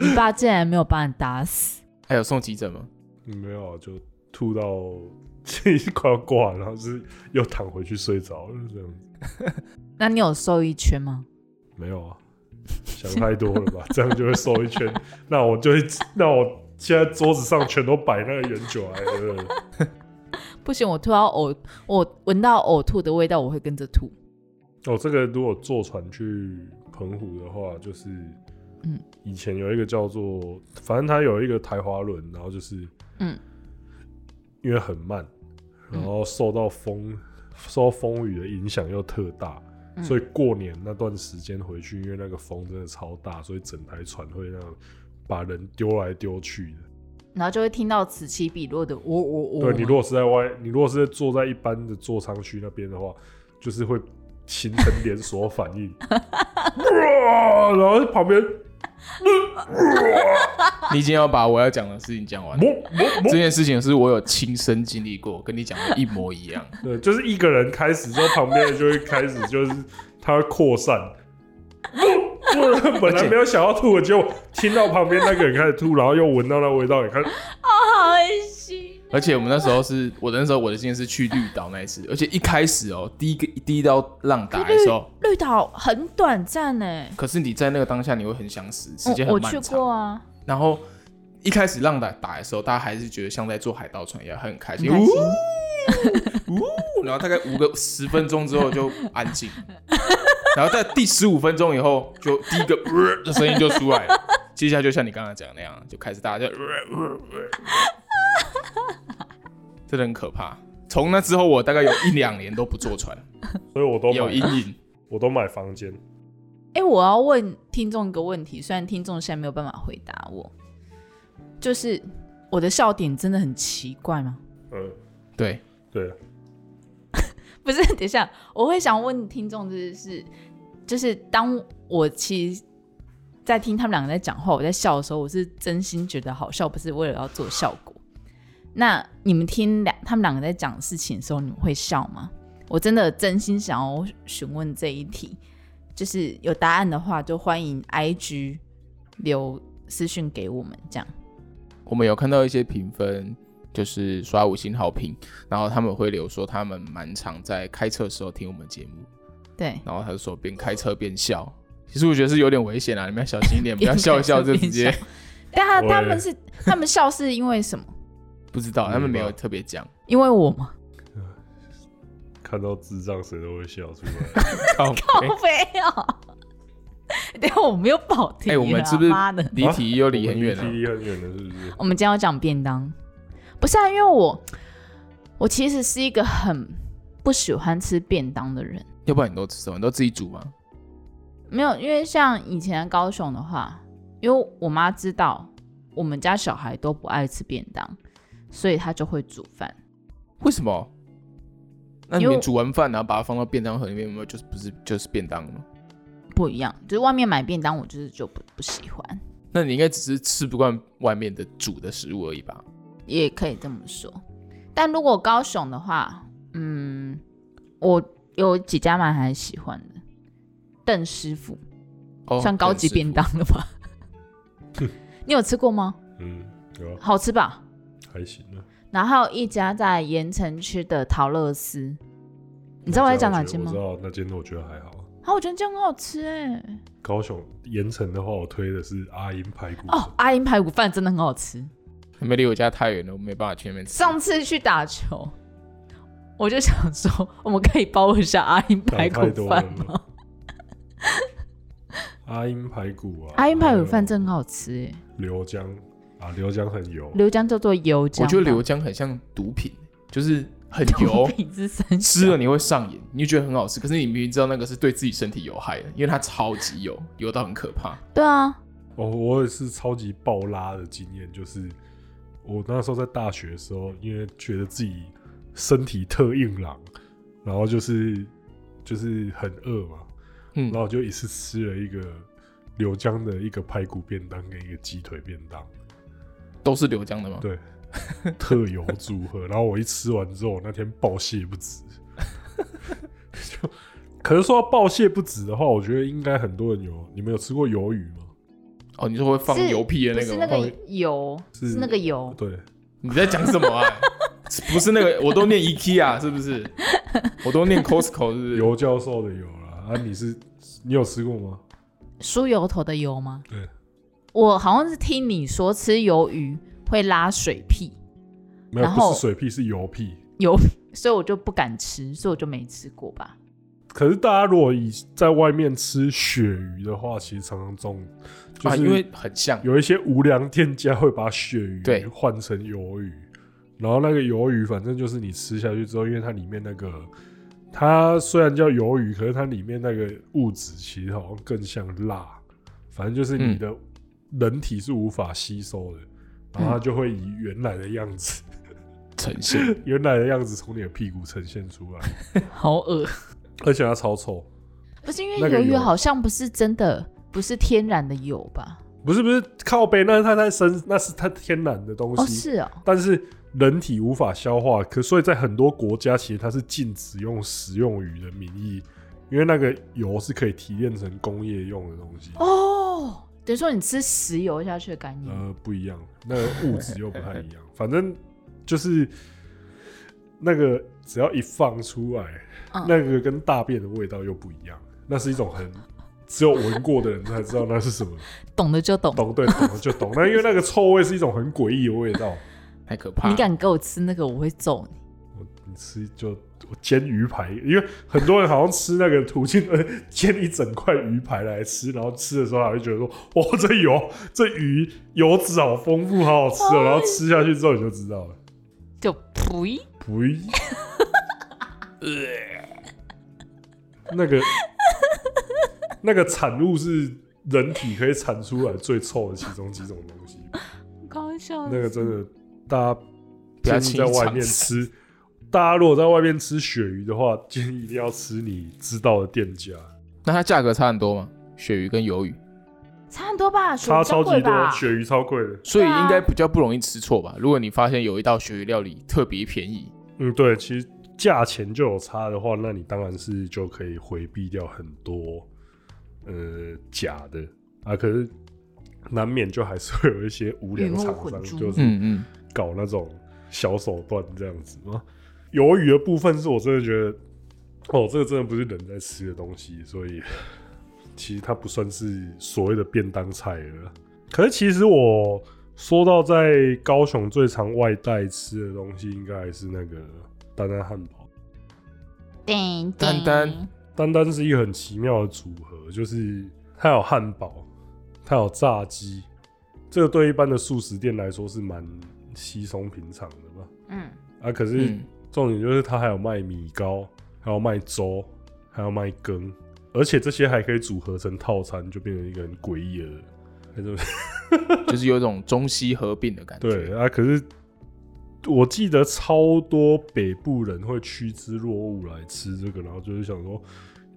Speaker 3: 你爸竟然没有把你打死，
Speaker 4: 还有送急诊
Speaker 3: [LAUGHS]
Speaker 4: 吗？
Speaker 2: 没有啊就吐到 [LAUGHS] 自己快要挂了，然后就是又躺回去睡着了这样子。
Speaker 3: 那你有瘦一圈吗？
Speaker 2: 没有啊，想太多了吧？ [LAUGHS] 这样就会瘦一圈。那我就会，那我现在桌子上全都摆那个哎原酒来喝了。
Speaker 3: 不行，我吐到呕，我闻到呕吐的味道，我会跟着吐。
Speaker 2: 哦，这个如果坐船去澎湖的话，就是，
Speaker 3: 嗯，
Speaker 2: 以前有一个叫做，反正它有一个台滑轮，然后就是，
Speaker 3: 嗯，
Speaker 2: 因为很慢，然后受到风、受到风雨的影响又特大，
Speaker 3: 嗯
Speaker 2: 所以过年那段时间回去，因为那个风真的超大，所以整台船会那样把人丢来丢去的。
Speaker 3: 然后就会听到此起彼落的我我我。
Speaker 2: 对你如果是在外，你如果是坐在一般的座舱区那边的话，就是会形成连锁反应，哇然后旁边
Speaker 4: 你已经要把我要讲的事情讲完了。
Speaker 2: 摸摸摸
Speaker 3: 哦
Speaker 4: 这件事情是我有亲身经历过，跟你讲的一模一
Speaker 3: [LAUGHS]
Speaker 4: 样。
Speaker 2: 对，就是一个人开始之后，旁边的就会开始就是它会扩散。 [LAUGHS] 不然本来没有想要吐的，结果听到旁边那个人开始吐，然后又闻到那味道，你看，
Speaker 1: 好恶心。
Speaker 4: 而且我们那时候是我的那时候我的经验是去绿岛那一次，而且一开始哦，第一个第一道浪打的时候，
Speaker 3: 绿岛很短暂呢、
Speaker 4: 可是你在那个当下你会很想死，时间
Speaker 3: 我我
Speaker 4: 很漫
Speaker 3: 去
Speaker 4: 长。
Speaker 3: 过啊，
Speaker 4: 然后一开始浪打打的时候，大家还是觉得像在坐海盗船一样，很开心，
Speaker 3: 很开心
Speaker 4: 呜呜。然后大概五个十分钟之后就安静，然后在第十五分钟以后，就第一个呃的声音就出来了。接下来就像你刚刚讲的那样，就开始大家就，呃呃呃真的很可怕。从那之后，我大概有一两年都不坐船，
Speaker 2: 所以我都
Speaker 4: 有
Speaker 2: 买
Speaker 4: 阴，影。
Speaker 2: 我都买房间。
Speaker 3: 哎、我要问听众一个问题，虽然听众现在没有办法回答我，就是我的笑点真的很奇怪吗？
Speaker 2: 嗯，
Speaker 4: 对，
Speaker 2: 对，啊
Speaker 3: [LAUGHS] 不是，等一下，我会想问听众，就是就是当我其实在听他们两个在讲话，我在笑的时候，我是真心觉得好笑，不是为了要做效果。那你们听两他们两个在讲事情的时候，你们会笑吗？我真的真心想要询问这一题，就是有答案的话，就欢迎 IG 留私讯给我们，这样
Speaker 4: 我们有看到一些评分，就是刷五星好评，然后他们会留说他们蛮常在开车的时候听我们节目，
Speaker 3: 对。
Speaker 4: 然后他就说边开车边笑。其实我觉得是有点危险啊，你们要小心
Speaker 3: [LAUGHS]
Speaker 4: 一点，不要笑一笑就直接
Speaker 3: 但他他
Speaker 2: 我也
Speaker 3: 们是他们笑是因为什么？
Speaker 4: 不知道，他们没有特别讲。
Speaker 3: 因为我吗？
Speaker 2: 看到智障谁都会笑
Speaker 4: [LAUGHS]
Speaker 2: 出来。
Speaker 4: 靠
Speaker 3: [LAUGHS]
Speaker 4: 哎北
Speaker 3: 没有。哦等一下我没有跑题
Speaker 4: 哎、
Speaker 3: 了、
Speaker 4: 我们是不是
Speaker 3: 妈的，
Speaker 4: 离题又啊离
Speaker 2: 我们
Speaker 4: 很远了、
Speaker 2: 离很远了，是不是？
Speaker 3: 我们今天要讲便当，不是啊？因为我我其实是一个很不喜欢吃便当的人，
Speaker 4: 要不然你都吃什么？你都自己煮吗？
Speaker 3: 没有，因为像以前高雄的话，因为我妈知道我们家小孩都不爱吃便当，所以她就会煮饭。
Speaker 4: 为什么？那你
Speaker 3: 因为
Speaker 4: 们煮完饭然后把它放到便当盒里面，有没有就是不是就是便当了？
Speaker 3: 不一样，就是外面买便当，我就是就不不喜欢，
Speaker 4: 那你应该只是吃不惯外面的煮的食物而已吧？
Speaker 3: 也可以这么说。但如果高雄的话，嗯，我有几家蛮还喜欢的，邓师傅
Speaker 4: 哦，
Speaker 3: 算高级
Speaker 4: 真是
Speaker 3: 便当了吧？ [LAUGHS] 你有吃过吗？
Speaker 2: 嗯，有、啊、
Speaker 3: 好吃吧？
Speaker 2: 还行啊。
Speaker 3: 然后还有一家在盐城区的陶乐斯，你知道我在讲哪间吗
Speaker 2: 我知？道那间我觉得还好。
Speaker 3: 啊，我觉得这样很好吃哎、
Speaker 2: 高雄盐城的话，我推的是阿英排骨
Speaker 3: 哦，阿英排骨饭真的很好吃。
Speaker 4: 还没离我家太远了，我没办法去那边吃。
Speaker 3: 上次去打球，我就想说，我们可以包一下阿英排骨饭
Speaker 2: 想太多
Speaker 3: 吗？
Speaker 2: 阿英排骨啊，
Speaker 3: 阿英排骨饭
Speaker 2: 还有
Speaker 3: 真的很好吃哎、
Speaker 2: 流江啊，流江很油，
Speaker 3: 流江叫做油浆吧，
Speaker 4: 我觉得流浆很像毒品，就是很油
Speaker 3: 油，品质三
Speaker 4: 吃了你会上瘾，你就觉得很好吃，可是你明明知道那个是对自己身体有害的，因为它超级油，油到很可怕。
Speaker 3: [LAUGHS] 对啊，
Speaker 2: 哦，我也是超级爆拉的经验，就是我那时候在大学的时候，因为觉得自己身体特硬朗，然后就是就是很饿嘛，
Speaker 4: 嗯
Speaker 2: 然后我就一次吃了一个柳江的一个排骨便当跟一个鸡腿便当，
Speaker 4: 都是流浆的吗？
Speaker 2: 对，特油组合。 [LAUGHS] 然后我一吃完之后，我那天爆泻不止。 [LAUGHS] 就可是说到爆泻不止的话，我觉得应该很多人有，你们有吃过鱿鱼吗？
Speaker 4: 哦，你说会放
Speaker 3: 是
Speaker 4: 油屁的
Speaker 3: 不
Speaker 4: 那
Speaker 3: 是
Speaker 4: 个
Speaker 3: 那
Speaker 4: 吗？
Speaker 2: 哦
Speaker 3: 个油，
Speaker 2: 是
Speaker 3: 是那个
Speaker 4: 哦
Speaker 3: 油，
Speaker 2: 对，
Speaker 4: 你在讲什么
Speaker 2: [LAUGHS]
Speaker 4: 啊？不是那个，我都念 IKEA 是不是？我都念 Costco 是不是？
Speaker 2: 尤教授的有啦，啊，你是你有吃过吗？
Speaker 4: 哦
Speaker 3: 酥油头的油吗？
Speaker 2: 对，
Speaker 3: 我好像是听你说吃鱿鱼会拉水屁，
Speaker 2: 没有，
Speaker 3: 然
Speaker 2: 不
Speaker 3: 后
Speaker 2: 是水屁，是油屁。
Speaker 3: 油，所以我就不敢吃，所以我就没吃过吧。
Speaker 2: 可是大家如果以在外面吃鳕鱼的话，其实常常中，就
Speaker 4: 啊，
Speaker 2: 是
Speaker 4: 因为很像，
Speaker 2: 有一些无良店家会把鳕鱼
Speaker 4: 对
Speaker 2: 换成鱿鱼，然后那个鱿鱼反正就是你吃下去之后，因为它里面那个它虽然叫鱿鱼，可是它里面那个物质其实好像更像蜡，反正就是你的人体是无法吸收的，然后它就会以原来的样子， [LAUGHS]
Speaker 4: 呈现。
Speaker 2: 原来的样子从你的屁股呈现出来，
Speaker 3: 好恶。
Speaker 2: 而且它超臭。
Speaker 3: 不是因为
Speaker 2: 那个
Speaker 3: 鱿鱼
Speaker 2: 油
Speaker 3: 好像不是真的，不是天然的油吧？
Speaker 2: 不是不是靠背，那是它在身，那是它天然的东
Speaker 3: 哦，
Speaker 2: 西，
Speaker 3: 是哦，
Speaker 2: 但是人体无法消化，可所以在很多国家其实它是禁止用食用鱼的名义，因为那个油是可以提炼成工业用的东西。
Speaker 3: 哦，等于说你吃石油下去的概念。
Speaker 2: 呃，不一样，那个物质又不太一样。反正就是那个，只要一放出来，
Speaker 3: 嗯
Speaker 2: 那个跟大便的味道又不一样。那是一种很只有闻过的人才知道那是什么，
Speaker 3: 懂的就懂。
Speaker 2: 懂对懂了就懂。那因为那个臭味是一种很诡异的味道。
Speaker 4: 太可怕！
Speaker 3: 你敢给我吃那个，我会揍你。
Speaker 2: 我你吃就我煎鱼排，因为很多人好像吃那个途径，呃，煎一整块鱼排来吃，然后吃的时候还会觉得说， [LAUGHS] 哇，这油这鱼油脂好丰富，好好吃哦、然后吃下去之后你就知道了，
Speaker 3: 就呸！
Speaker 2: 不一，那个那个产物是人体可以产出来最臭的其中几种东西，
Speaker 1: 搞笑
Speaker 2: 那个真的，大家
Speaker 4: 不
Speaker 2: 建
Speaker 4: 要
Speaker 2: 议
Speaker 4: 轻易
Speaker 2: 在外
Speaker 4: 尝
Speaker 2: 面
Speaker 4: 试
Speaker 2: 吃。大家如果在外面吃鳕鱼的话，建议一定要吃你知道的店家，
Speaker 4: 那它价格差很多吗？鳕鱼跟鱿鱼，
Speaker 3: 差很多吧，水
Speaker 2: 差
Speaker 3: 比较
Speaker 2: 超级
Speaker 3: 贵
Speaker 2: 多，
Speaker 3: 吧？
Speaker 2: 鳕鱼超贵的。
Speaker 4: 所以
Speaker 3: 对啊
Speaker 4: 应该比较不容易吃错
Speaker 3: 啊
Speaker 4: 吧？如果你发现有一道鳕鱼料理特别便宜，
Speaker 2: 嗯，对，其实价钱就有差的话，那你当然是就可以回避掉很多呃假的啊。可是难免就还是会有一些无良
Speaker 3: 鱼目
Speaker 2: 厂
Speaker 3: 混
Speaker 2: 商，
Speaker 3: 珠
Speaker 2: 就是
Speaker 4: 嗯嗯，
Speaker 2: 搞那种小手段这样子吗？鱿鱼的部分是我真的觉得，哦，这个真的不是人在吃的东西，所以 [LAUGHS] 其实它不算是所谓的便当菜了。可是其实我说到在高雄最常外带吃的东西，应该还是那个丹丹汉堡。
Speaker 3: 叮叮
Speaker 4: 丹丹
Speaker 2: 丹丹是一个很奇妙的组合，就是它有汉堡，它有炸鸡，这个对一般的素食店来说是蛮稀松平常的吧？
Speaker 3: 嗯，
Speaker 2: 啊，可是
Speaker 4: 嗯
Speaker 2: 重点就是它还有卖米糕，还有卖粥，还有卖羹，而且这些还可以组合成套餐，就变成一个很诡异的，还是
Speaker 4: 就是有一种中西合并的感觉。
Speaker 2: 对啊。可是我记得超多北部人会趋之若鹜来吃这个，然后就是想说，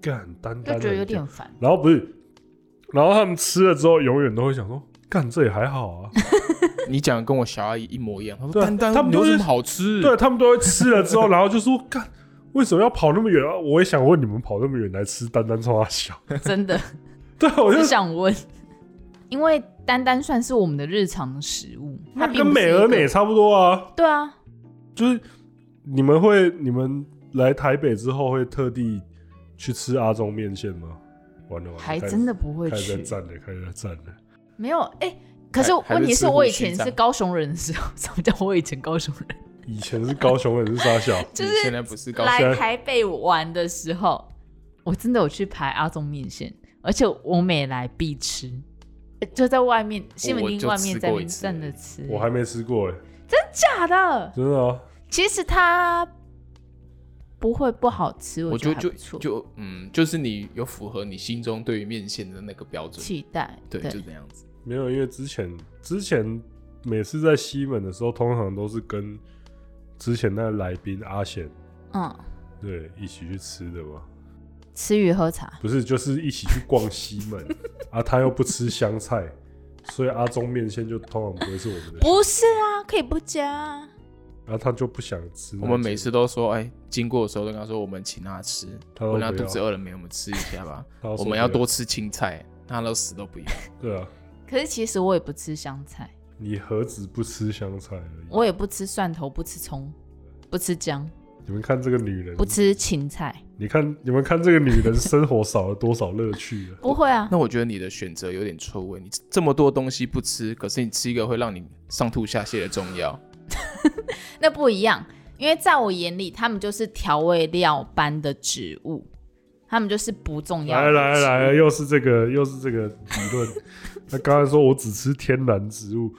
Speaker 2: 干单单
Speaker 3: 就
Speaker 2: 的
Speaker 3: 觉得有
Speaker 2: 一定
Speaker 3: 点烦。
Speaker 2: 然后不是，然后他们吃了之后，永远都会想说，干这也还好啊。
Speaker 4: 你讲的跟我小阿姨一模一样，她说
Speaker 2: 对啊
Speaker 4: 丹丹
Speaker 2: 他们
Speaker 4: 有
Speaker 2: 都是
Speaker 4: 什么好吃？
Speaker 2: 对他们都会吃了之后，然后就说，干为什么要跑那么远啊？我也想问你们跑那么远来吃丹丹冲他小。
Speaker 3: 真的，
Speaker 2: 对， [LAUGHS] 我就
Speaker 3: 我想问，因为丹丹算是我们的日常食物，它
Speaker 2: 那
Speaker 3: 并
Speaker 2: 跟
Speaker 3: 不是
Speaker 2: 美
Speaker 3: 一
Speaker 2: 而
Speaker 3: 个
Speaker 2: 美差不多啊，
Speaker 3: 对啊，
Speaker 2: 就是你们会你们来台北之后会特地去吃阿中面线吗？完了完了，
Speaker 3: 还真的不会
Speaker 2: 开始在
Speaker 3: 去，
Speaker 2: 站了，开始在站了。
Speaker 3: 没有哎、可是
Speaker 4: 还还是
Speaker 3: 问题
Speaker 4: 吃
Speaker 3: 是
Speaker 4: 胡
Speaker 3: 我以
Speaker 4: 须
Speaker 3: 前是
Speaker 4: 章
Speaker 3: 高雄人的时候， [LAUGHS] 什么叫我以前高雄人？
Speaker 2: 以前是高雄人，是傻小，
Speaker 3: 就是
Speaker 4: 现在不是高
Speaker 3: 来
Speaker 2: 山
Speaker 3: 台北玩的时候，我真的有去排阿宗面线，而且我每来必吃，就在外面西门
Speaker 4: 我
Speaker 3: 町
Speaker 4: 就
Speaker 3: 外面
Speaker 4: 吃
Speaker 3: 在
Speaker 4: 过
Speaker 3: 那
Speaker 4: 一
Speaker 3: 边
Speaker 4: 次
Speaker 3: 站着吃，
Speaker 2: 我还没吃过哎、
Speaker 3: 假的。
Speaker 2: 真的啊，
Speaker 3: 其实它不会不好吃，
Speaker 4: 我
Speaker 3: 觉得
Speaker 4: 觉得
Speaker 3: 还
Speaker 4: 就
Speaker 3: 不错。
Speaker 4: 就嗯，就是你有符合你心中对于面线的那个标准，
Speaker 3: 期待
Speaker 4: 对，就这样子。
Speaker 2: 没有，因为之前之前每次在西门的时候，通常都是跟之前那个来宾阿贤
Speaker 3: 嗯，
Speaker 2: 对一起去吃的嘛，
Speaker 3: 吃鱼喝茶，
Speaker 2: 不是就是一起去逛西
Speaker 4: [LAUGHS]
Speaker 2: 门啊，他又不吃香菜，所以阿中面线就通常不会是我们的选
Speaker 3: 不是啊，可以不加啊。
Speaker 2: 然后他就不想吃那
Speaker 4: 我
Speaker 2: 种。
Speaker 4: 们每次都说，哎，经过的时候都跟他说，我们请他吃，
Speaker 2: 他都
Speaker 4: 问他
Speaker 2: 不要
Speaker 4: 肚子饿了没，我们吃一下吧。
Speaker 2: [LAUGHS] 他都说啊
Speaker 4: 我们要多吃青菜，他都死都不要。 [LAUGHS]
Speaker 2: 对啊，
Speaker 3: 可是其实我也不吃香菜，
Speaker 2: 你何止不吃香菜而已？
Speaker 3: 我也不吃蒜头，不吃葱，不吃姜，
Speaker 2: 你们看这个女人
Speaker 3: 不，吃芹菜。
Speaker 2: 你看你们看这个女人生活少了多少乐趣啊！
Speaker 3: 不会啊，
Speaker 4: [LAUGHS] 那我觉得你的选择有点错位，你这么多东西不吃，可是你吃一个会让你上吐下泻的中药，
Speaker 3: 那不一样，因为在我眼里，他们就是调味料般的植物，他们就是不重要
Speaker 2: 来
Speaker 3: 的
Speaker 2: 来
Speaker 3: 植物
Speaker 2: 来，又是这个，又是这个理论。
Speaker 4: [LAUGHS]
Speaker 2: 他刚才说我只吃天然植物，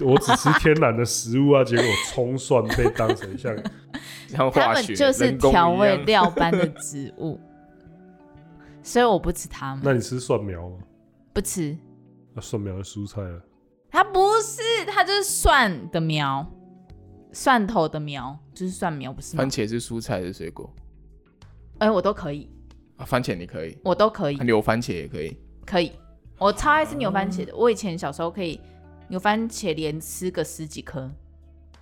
Speaker 2: 我只吃天然的食物啊，结果葱蒜被当成像 [LAUGHS]
Speaker 4: 然后
Speaker 3: 它
Speaker 4: 化
Speaker 3: 们
Speaker 4: 学
Speaker 3: 就是
Speaker 4: 人工
Speaker 3: 调味
Speaker 4: 一样
Speaker 3: 料般的植物，所以我不吃它
Speaker 2: 那
Speaker 3: 们，
Speaker 2: 你吃蒜苗吗？
Speaker 3: 不吃。
Speaker 2: 那蒜苗是蔬菜啊，
Speaker 3: 它不是，它就是蒜的苗，蒜头的苗，就是蒜苗，不是吗
Speaker 4: 番？茄是蔬菜的水果
Speaker 3: 哎、我都可以，
Speaker 4: 啊，番茄你可以，
Speaker 3: 我都可以，
Speaker 4: 牛番茄也可以。
Speaker 3: 可以。我超爱吃牛番茄的，我以前小时候可以牛番茄连吃个十几颗。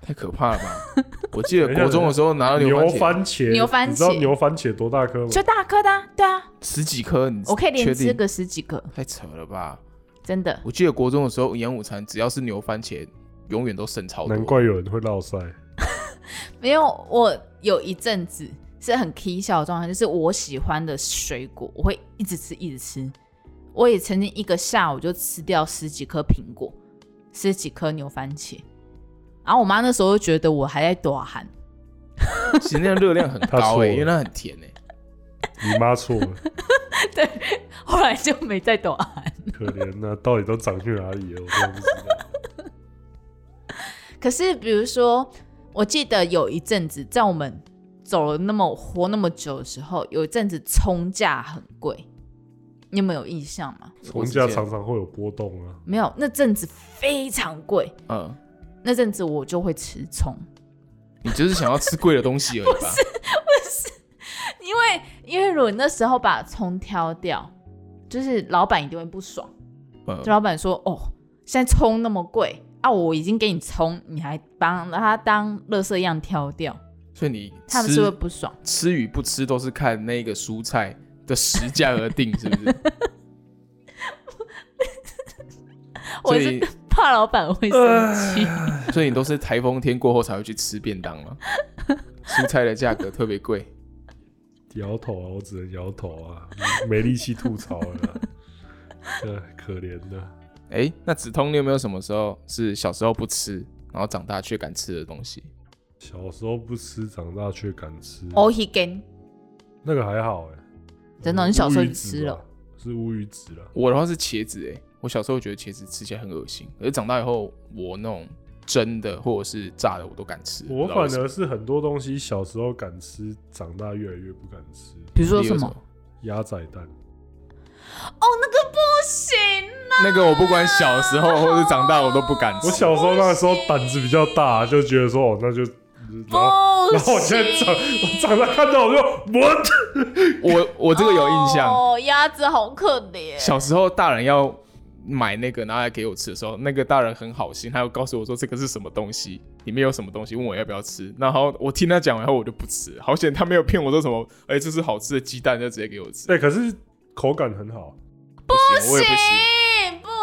Speaker 4: 太可怕了
Speaker 3: [LAUGHS]
Speaker 4: 吧！我记得
Speaker 2: 等一下
Speaker 4: 国中的时候拿到啊牛番茄
Speaker 2: 番茄，
Speaker 3: 牛番茄
Speaker 2: 你知道牛番茄多大颗吗？
Speaker 3: 就大颗的、啊，对啊，
Speaker 4: 十几颗，你
Speaker 3: 我可以连
Speaker 4: 确
Speaker 3: 吃
Speaker 4: 定？
Speaker 3: 个十几个，
Speaker 4: 太扯了吧！
Speaker 3: 真的。
Speaker 4: 我记得国中的时候营养午餐只要是牛番茄，永远都剩超多。
Speaker 2: 难怪有人会落塞。
Speaker 3: 没有，我有一阵子是很 k 笑的状态，就是我喜欢的水果，我会一直吃，一直吃。我也曾经一个下午就吃掉十几颗苹果，十几颗牛番茄。然后我妈那时候就觉得我还在躲寒，
Speaker 4: 其实那热量
Speaker 3: [LAUGHS]
Speaker 4: 很
Speaker 2: 他
Speaker 4: 高
Speaker 2: 错
Speaker 4: 诶、
Speaker 2: 了
Speaker 4: 因为它很甜欸诶、
Speaker 2: 你妈错了， [LAUGHS]
Speaker 3: 后来就没再躲寒。
Speaker 2: 可怜呐、到底都长去哪里了？我真的不知道。
Speaker 3: 可是比如说，我记得有一阵子，在我们走了那么活那么久的时候，有一阵子葱价很贵，你们有印象吗？
Speaker 2: 从家常常会有波动啊，
Speaker 3: 没有，那阵子非常贵。
Speaker 4: 嗯，
Speaker 3: 那阵子我就会吃葱，
Speaker 4: 你就是想要吃贵的东西而已吧？
Speaker 3: [LAUGHS] 因为因为如果那时候把葱挑掉，就是老板一定会不爽。
Speaker 4: 嗯
Speaker 3: 就老板说：“哦，现在葱那么贵啊，我已经给你葱，你还帮它当垃圾一样挑掉，
Speaker 4: 所以你
Speaker 3: 他们是会
Speaker 4: 吃
Speaker 3: 不爽。
Speaker 4: 吃与不吃都是看那个蔬菜的实价而定，是不是？
Speaker 3: [LAUGHS] 我
Speaker 4: 所
Speaker 3: 是
Speaker 4: 以
Speaker 3: 怕老板会生气。
Speaker 4: 所以你都是台风天过后才会去吃便当吗？ [LAUGHS] 蔬菜的价格特别贵，
Speaker 2: 摇头啊，我只能摇头啊，没力气吐槽了啦。 [LAUGHS] 呃，可怜的，
Speaker 4: 哎、那子通，你有没有什么时候是小时候不吃，然后长大却敢吃的东西？
Speaker 2: 小时候不吃，长大却敢吃，
Speaker 3: 哦 h i g a n
Speaker 2: 那个还好哎、
Speaker 3: 真的你小时候
Speaker 2: 乌鱼
Speaker 3: 就
Speaker 2: 子
Speaker 3: 吃
Speaker 2: 吧
Speaker 3: 了，
Speaker 2: 是乌鱼子了。
Speaker 4: 我的话是茄子、欸，哎，我小时候觉得茄子吃起来很恶心，可是长大以后，我那种蒸的或者是炸的我都敢吃。
Speaker 2: 我
Speaker 4: 不知道
Speaker 2: 反
Speaker 4: 为什么
Speaker 2: 而是很多东西小时候敢吃，长大越来越不敢吃。
Speaker 3: 比如说
Speaker 4: 你有
Speaker 3: 什
Speaker 4: 什
Speaker 3: 么？？
Speaker 2: 鸭仔蛋，
Speaker 3: 哦，那个不行啊！
Speaker 4: 那个我不管小时候或是长大我都不敢吃。
Speaker 2: 我小时候那时候胆子比较大，就觉得说哦，那就然后
Speaker 3: 不行。
Speaker 2: 然后我现在长我长
Speaker 3: [LAUGHS]
Speaker 2: 大看到我就我
Speaker 4: 我我这个有印象，
Speaker 3: 哦，鸭子好可怜。
Speaker 4: 小时候大人要买那个拿来给我吃的时候，那个大人很好心，他又告诉我说这个是什么东西，里面有什么东西，问我要不要吃。然后我听他讲完后我就不吃，好险他没有骗我说什么， [LAUGHS] 哎、这是好吃的鸡蛋，就直接给我吃。
Speaker 2: 哎、可是口感很好，
Speaker 4: 不行，我也不行。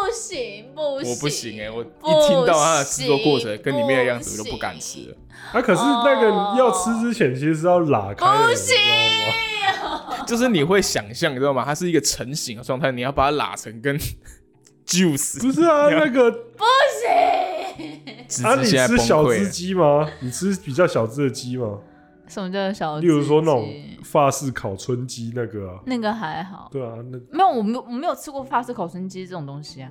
Speaker 3: 不行不行，
Speaker 4: 我不行哎、我一听到它的制作过程跟里面的样子，我就不敢吃了。
Speaker 2: 啊，可是那个
Speaker 3: 哦
Speaker 2: 要吃之前其实是要拉开的，
Speaker 3: 不
Speaker 2: 你知
Speaker 3: 行
Speaker 2: 道吗？
Speaker 4: 就是你会想象，你知道吗？它是一个成型的状态，你要把它拉成跟 [LAUGHS] juice。
Speaker 2: 不是啊，那个
Speaker 4: 芝
Speaker 2: 啊，
Speaker 4: 芝
Speaker 2: 你
Speaker 4: 现在
Speaker 2: 吃
Speaker 4: 崩
Speaker 2: 小只
Speaker 4: 溃了。
Speaker 2: 鸡吗？你吃比较小只的鸡吗？
Speaker 3: 什么叫小？
Speaker 2: 例如说那种法式烤春鸡那个啊，
Speaker 3: 那个还好，
Speaker 2: 对啊，那
Speaker 3: 没有，我没有我没有吃过法式烤生鸡这种东西啊，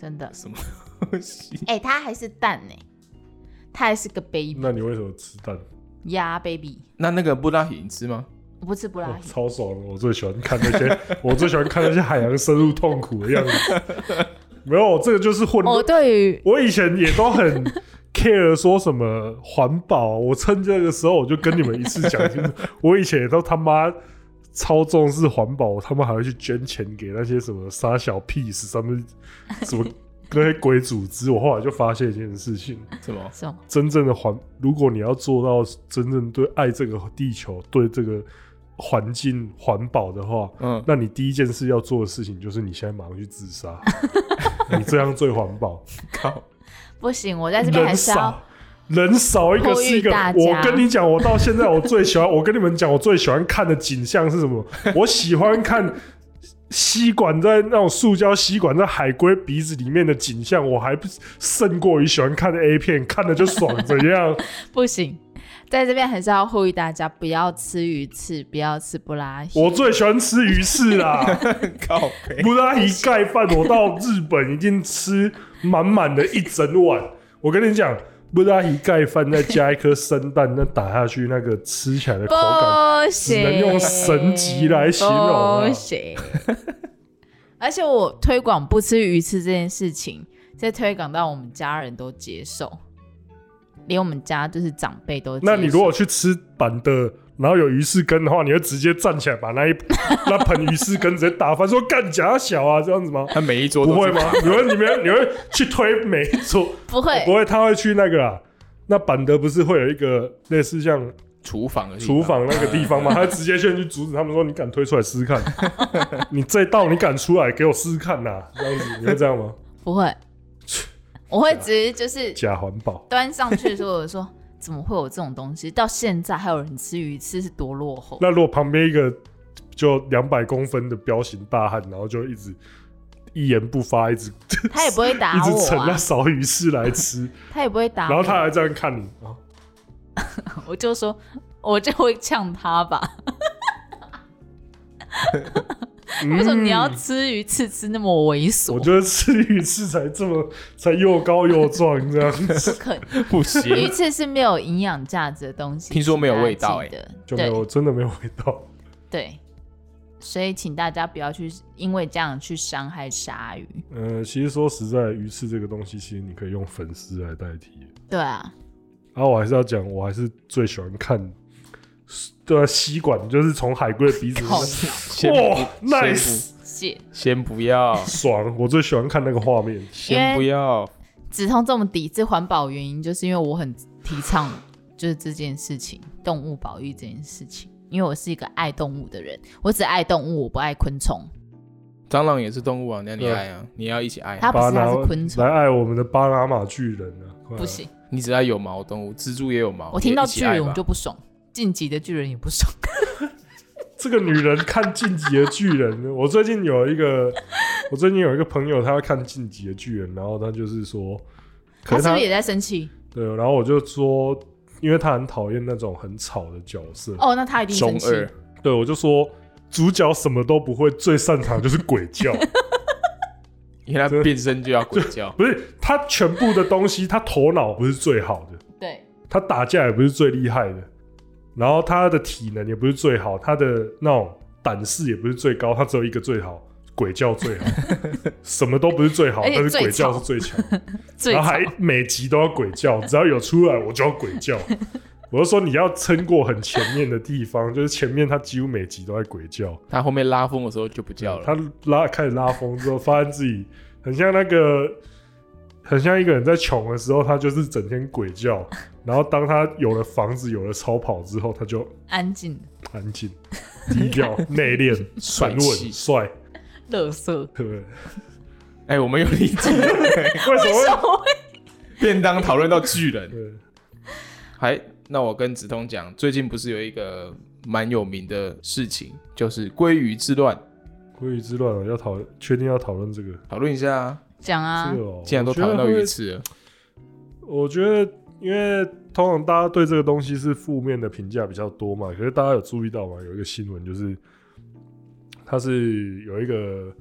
Speaker 3: 真的。
Speaker 4: 什么东西？
Speaker 3: 哎、它还是蛋呢、它还是个 baby
Speaker 2: 那你为什么吃蛋？
Speaker 3: 鸭 baby，
Speaker 4: 那那个布拉提你吃吗？ [LAUGHS]
Speaker 3: 我不吃布拉
Speaker 2: 哦
Speaker 3: 提。
Speaker 2: [LAUGHS] 超爽的！我最喜欢看那些，我最喜欢看那些海洋深入痛苦的样子。没有，这个就是混
Speaker 3: 我、
Speaker 2: 乱。
Speaker 3: 哦对于
Speaker 2: 我以前也都很 care 说什么环保，啊我趁这个时候我就跟你们一次讲清楚，我以前也都他妈超重视环保，我他妈还会去捐钱给那些什么杀小 peace 上面什么那些鬼组织。我后来就发现一件事情：
Speaker 4: 什么？ [LAUGHS]
Speaker 3: 什么
Speaker 2: 真正的环，如果你要做到真正对爱这个地球、对这个环境环保的话，
Speaker 4: 嗯，
Speaker 2: 那你第一件事要做的事情就是你现在马上去自杀，你这样最环保。
Speaker 4: 靠，
Speaker 3: 不行，我在这边还
Speaker 2: 人
Speaker 3: 是要
Speaker 2: 少，人少一个是一个
Speaker 3: 呼吁
Speaker 2: 我
Speaker 3: 大。家
Speaker 2: 跟你讲，我到现在我最喜欢，我跟你们讲，我最喜欢看的景象是什么？我喜欢看吸管在那种塑胶吸管在海龟鼻子里面的景象，我还不胜过于喜欢看 A 片，看了就爽，怎样？
Speaker 3: 不行，在这边还是要呼吁大家不要吃鱼翅，不要吃布拉提。
Speaker 2: 我最喜欢吃鱼翅啦。
Speaker 4: 靠背。
Speaker 2: 布拉提盖饭，我到日本已经吃满满的一整碗。我跟你讲，不拉一盖饭，再加一颗生蛋，那打下去那个吃起来的口感，
Speaker 1: 不
Speaker 2: 只
Speaker 1: 行，
Speaker 2: 能用神级来形容啊
Speaker 1: 不行，
Speaker 3: 而且我推广不吃鱼翅这件事情，在推广到我们家人都接受，连我们家就是长辈都接受。
Speaker 2: 那你如果去吃板的，然后有鱼翅羹的话，你会直接站起来把那一 [LAUGHS] 那盆鱼翅羹直接打翻，说干假小啊，这样子吗？
Speaker 4: 他每一桌
Speaker 2: 不
Speaker 4: 都
Speaker 2: 会
Speaker 4: 是
Speaker 2: 吗？你会你们你会去推每一桌？
Speaker 3: 不会
Speaker 2: 不，会，他会去那个啊。那板德不是会有一个类似像
Speaker 4: 厨房的地方
Speaker 2: 厨房那个地方吗？他直接先去阻止他们说：“你敢推出来试试看？你这道你敢出来给我试试看呐、这样子你会这样吗？[LAUGHS]
Speaker 3: 不会，我会直接就是
Speaker 2: 假环保，
Speaker 3: 端上去的时候，我就说怎么会有这种东西？到现在还有人吃鱼翅，是多落后。
Speaker 2: 那如果旁边一个就两百公分的彪形大汉，然后就一直一言不发，一直
Speaker 3: 他也不会
Speaker 2: 一
Speaker 3: 打
Speaker 2: 直
Speaker 3: 我
Speaker 2: 盛那
Speaker 3: 啊，
Speaker 2: 勺鱼翅来吃，
Speaker 3: 他也不会 [LAUGHS] 打
Speaker 2: 然后
Speaker 3: 我，啊
Speaker 2: 他还这样看你啊，
Speaker 3: 我就说我就会呛他吧。
Speaker 2: 嗯
Speaker 3: [LAUGHS] 为什么你要吃鱼翅吃那么猥琐？
Speaker 2: 我觉得吃鱼翅才这么才又高又壮
Speaker 3: [LAUGHS]
Speaker 2: 这样子，
Speaker 3: 不可能。
Speaker 4: 不
Speaker 3: 鱼
Speaker 4: 行，
Speaker 3: 翅是没有营养价值的东西，
Speaker 4: 听说没有
Speaker 3: 请大家
Speaker 4: 味道欸
Speaker 3: 记得
Speaker 2: 就没有真的没有味道。
Speaker 3: 对对，所以请大家不要去因为这样去伤害鲨鱼。
Speaker 2: 呃，其实说实在，鱼翅这个东西，其实你可以用粉丝来代替。
Speaker 3: 对啊，
Speaker 2: 然后我还是要讲，我还是最喜欢看，对啊，吸管就是从海龟的鼻子，
Speaker 3: 靠
Speaker 2: 哇
Speaker 4: 先不
Speaker 2: ，nice，
Speaker 3: 谢。
Speaker 4: 先不要，
Speaker 2: [LAUGHS] 爽！我最喜欢看那个画面。
Speaker 4: 先不要，
Speaker 3: 止痛这么抵制环保原因，就是因为我很提倡就是这件事情，动物保育这件事情。因为我是一个爱动物的人，我只爱动物，我不爱昆虫。
Speaker 4: 蟑螂也是动物啊，那你
Speaker 2: 对
Speaker 4: 爱啊，你要一起爱，
Speaker 3: 它不
Speaker 2: 巴
Speaker 3: 是，
Speaker 2: 拿
Speaker 3: 它是昆虫
Speaker 2: 来，爱我们的巴拿马巨人啊！快来
Speaker 3: 不，行。
Speaker 4: 你只爱有毛动物，蜘蛛也有毛，
Speaker 3: 我听到
Speaker 4: 也一起
Speaker 3: 巨
Speaker 4: 爱
Speaker 3: 人
Speaker 4: 吧
Speaker 3: 我就不爽，晋级的巨人也不爽。
Speaker 2: 这个女人看《晋级的巨人》，我最近有一个，我最近有一个朋友，他要看《晋级的巨人》，然后他就是说，可
Speaker 3: 他
Speaker 2: 是
Speaker 3: 是
Speaker 2: 他
Speaker 3: 不是也在生气？
Speaker 2: 对，然后我就说，因为他很讨厌那种很吵的角色，
Speaker 3: 哦，那他一定
Speaker 4: 中
Speaker 3: 生气。
Speaker 4: 二，
Speaker 2: 对，我就说主角什么都不会，最擅长就是鬼叫。 [LAUGHS]
Speaker 4: 因为它变身就要鬼叫，
Speaker 2: 不是他全部的东西，他头脑不是最好的，
Speaker 3: 对，
Speaker 2: 他打架也不是最厉害的，然后他的体能也不是最好，他的那种胆识也不是最高，他只有一个最好，鬼叫最
Speaker 3: [LAUGHS]
Speaker 2: 好，什么都不是最好，
Speaker 3: 而且
Speaker 2: 但是
Speaker 3: 最
Speaker 2: 鬼叫
Speaker 3: 吵
Speaker 2: 是最强。
Speaker 3: [LAUGHS] 最
Speaker 2: 然后
Speaker 3: 吵
Speaker 2: 还每集都要鬼叫，只要有出来我就要鬼
Speaker 3: [LAUGHS]
Speaker 2: 叫。我就说你要撑过很前面的地方，就是前面他几乎每集都在鬼叫，
Speaker 4: 它后面拉风的时候就不叫了。
Speaker 2: 他拉开始拉风之后，发现自己很像那个，很像一个人在穷的时候，他就是整天鬼叫。然后当他有了房子，有了超跑之后，他就
Speaker 3: 安静，
Speaker 2: 安静、低调、内敛、沉
Speaker 4: 帅 [LAUGHS]
Speaker 2: 稳、
Speaker 4: 气
Speaker 2: 帅，
Speaker 3: 乐色。
Speaker 2: 对不对？
Speaker 4: 哎、我们又离题了，
Speaker 2: 为什么会？
Speaker 4: [LAUGHS] 便当讨论到巨人。
Speaker 2: 对
Speaker 4: 还，那我跟直通讲，最近不是有一个蛮有名的事情，就是鲑鱼之乱，
Speaker 2: 鲑鱼之乱了，要讨确定要讨论这个，
Speaker 4: 讨论一下啊。
Speaker 3: 讲啊
Speaker 2: 这个、，哦，
Speaker 4: 既然都
Speaker 2: 我觉
Speaker 4: 讨
Speaker 2: 得
Speaker 4: 论到
Speaker 2: 会
Speaker 4: 鱼翅了，
Speaker 2: 我觉得，因为通常大家对这个东西是负面的评价比较多嘛，可是大家有注意到吗？有一个新闻就是，它是有一个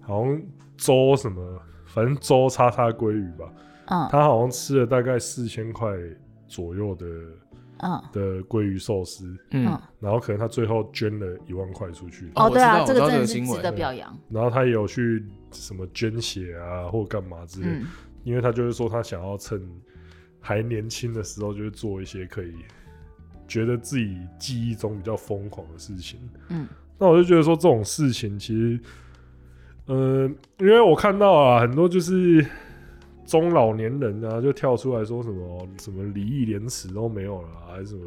Speaker 2: 好像周什么，反正周叉叉鲑鱼吧，
Speaker 3: 嗯
Speaker 2: 他好像吃了大概四千块左右的
Speaker 3: 嗯
Speaker 2: 的鲑鱼寿司，
Speaker 4: 嗯，
Speaker 3: 嗯。
Speaker 2: 然后可能他最后捐了一万块出去，
Speaker 4: 哦
Speaker 3: 哦，对啊，
Speaker 4: 我
Speaker 3: 这
Speaker 4: 知道
Speaker 3: 个
Speaker 4: 我
Speaker 3: 真的
Speaker 4: 知道这
Speaker 3: 是
Speaker 4: 个新闻
Speaker 3: 值得表扬。
Speaker 2: 然后他也有去什么捐血啊或干嘛之类的
Speaker 3: 嗯，
Speaker 2: 因为他就是说他想要趁还年轻的时候，就是做一些可以觉得自己记忆中比较疯狂的事情。
Speaker 3: 嗯，
Speaker 2: 那我就觉得说这种事情其实，呃，因为我看到啊，很多就是中老年人啊，就跳出来说什么什么礼义廉耻都没有了啊、还是什么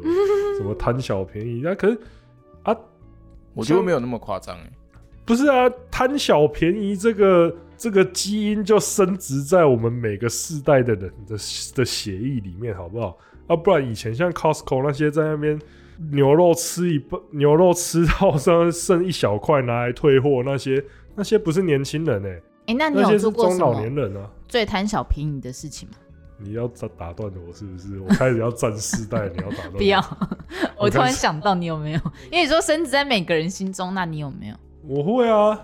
Speaker 2: 什么贪小便宜，那、可是啊，
Speaker 4: 我觉得没有那么夸张哎。
Speaker 2: 不是啊，贪小便宜这个这个基因就深植在我们每个世代的人的的血液里面，好不好？啊，不然以前像 Costco 那些在那边牛肉吃一半，牛肉吃到剩剩一小块拿来退货那些，那些不是年轻人哎、
Speaker 3: 哎，那你
Speaker 2: 那
Speaker 3: 有
Speaker 2: 些是
Speaker 3: 做过
Speaker 2: 中
Speaker 3: 什
Speaker 2: 老年
Speaker 3: 么
Speaker 2: 人啊。
Speaker 3: 最贪小便宜的事情吗？
Speaker 2: 你要打打断我是不是？我开始要站世代，你要打断我？
Speaker 3: [LAUGHS] 不
Speaker 2: [LAUGHS]
Speaker 3: 要，
Speaker 2: 我
Speaker 3: 我突
Speaker 2: 看
Speaker 3: 然想到你有没有？因为你说升值在每个人心中，那你有没有？
Speaker 2: 我会啊，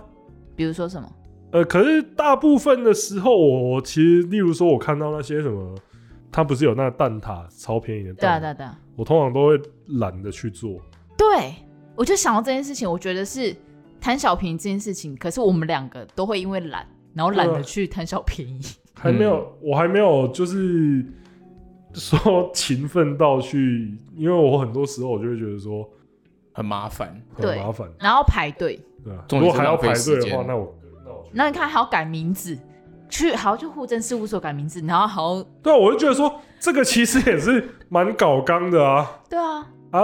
Speaker 3: 比如说什么？
Speaker 2: 呃，可是大部分的时候，我我其实，例如说，我看到那些什么它不是有那个蛋挞超便宜的
Speaker 3: 对啊
Speaker 2: 蛋挞，
Speaker 3: 对啊对啊，
Speaker 2: 我通常都会懒得去做。
Speaker 3: 对我就想到这件事情，我觉得是贪小便宜这件事情，可是我们两个都会因为懒，然后懒
Speaker 2: 对
Speaker 3: 得
Speaker 2: 啊
Speaker 3: 去贪小便 [LAUGHS] 宜。
Speaker 2: 还没有，
Speaker 4: 嗯
Speaker 2: 我还没有就是 [LAUGHS] 说勤奋到去，因为我很多时候我就会觉得说
Speaker 4: 很麻烦。
Speaker 2: 很
Speaker 3: 对
Speaker 2: 麻烦，
Speaker 3: 然后排队，
Speaker 2: 对吧？
Speaker 4: 重
Speaker 2: 如
Speaker 4: 点
Speaker 2: 果
Speaker 4: 是
Speaker 2: 还要
Speaker 4: 浪费
Speaker 2: 排队
Speaker 4: 时
Speaker 2: 的话，
Speaker 4: 间
Speaker 2: 那我那我就
Speaker 3: 那你看还要改名字，去好像去户政事务所改名字，然后好像
Speaker 2: 对啊，我就觉得说这个其实也是蛮搞刚的啊
Speaker 3: 对啊，
Speaker 2: 啊！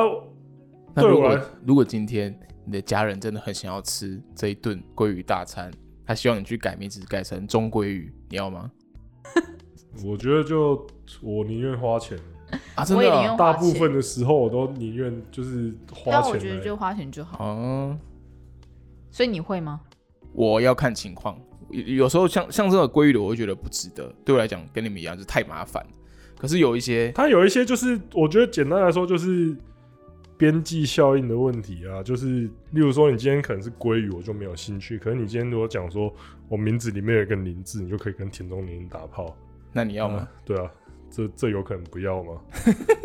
Speaker 4: 那如
Speaker 2: 对我
Speaker 4: 果
Speaker 2: 来
Speaker 4: 如果今天你的家人真的很想要吃这一顿鲑鱼大餐，他希望你去改名字，改成中鲑鱼，你要吗？
Speaker 2: 我觉得就我宁愿花钱，
Speaker 4: 啊，真
Speaker 3: 我
Speaker 4: 的
Speaker 3: 也宁
Speaker 4: 啊、
Speaker 3: 愿
Speaker 2: 大
Speaker 3: 花
Speaker 2: 部
Speaker 3: 钱
Speaker 2: 分的时候我都宁愿就是花
Speaker 3: 但
Speaker 2: 钱
Speaker 3: 我
Speaker 2: 来。
Speaker 3: 觉得就花钱就好。
Speaker 4: 哦，
Speaker 3: 所以你会吗？
Speaker 4: 我要看情况。有有时候像像这种鲑鱼的，我会觉得不值得。对我来讲，跟你们一样，就是太麻烦。可是有一些
Speaker 2: 它有一些就是，我觉得简单来说就是边际效应的问题啊，就是例如说你今天可能是鲑鱼，我就没有兴趣，可是你今天如果讲说我名字里面有一个林字，你就可以跟田中林打炮，
Speaker 4: 那你要吗？
Speaker 2: 对啊，这这有可能不要吗？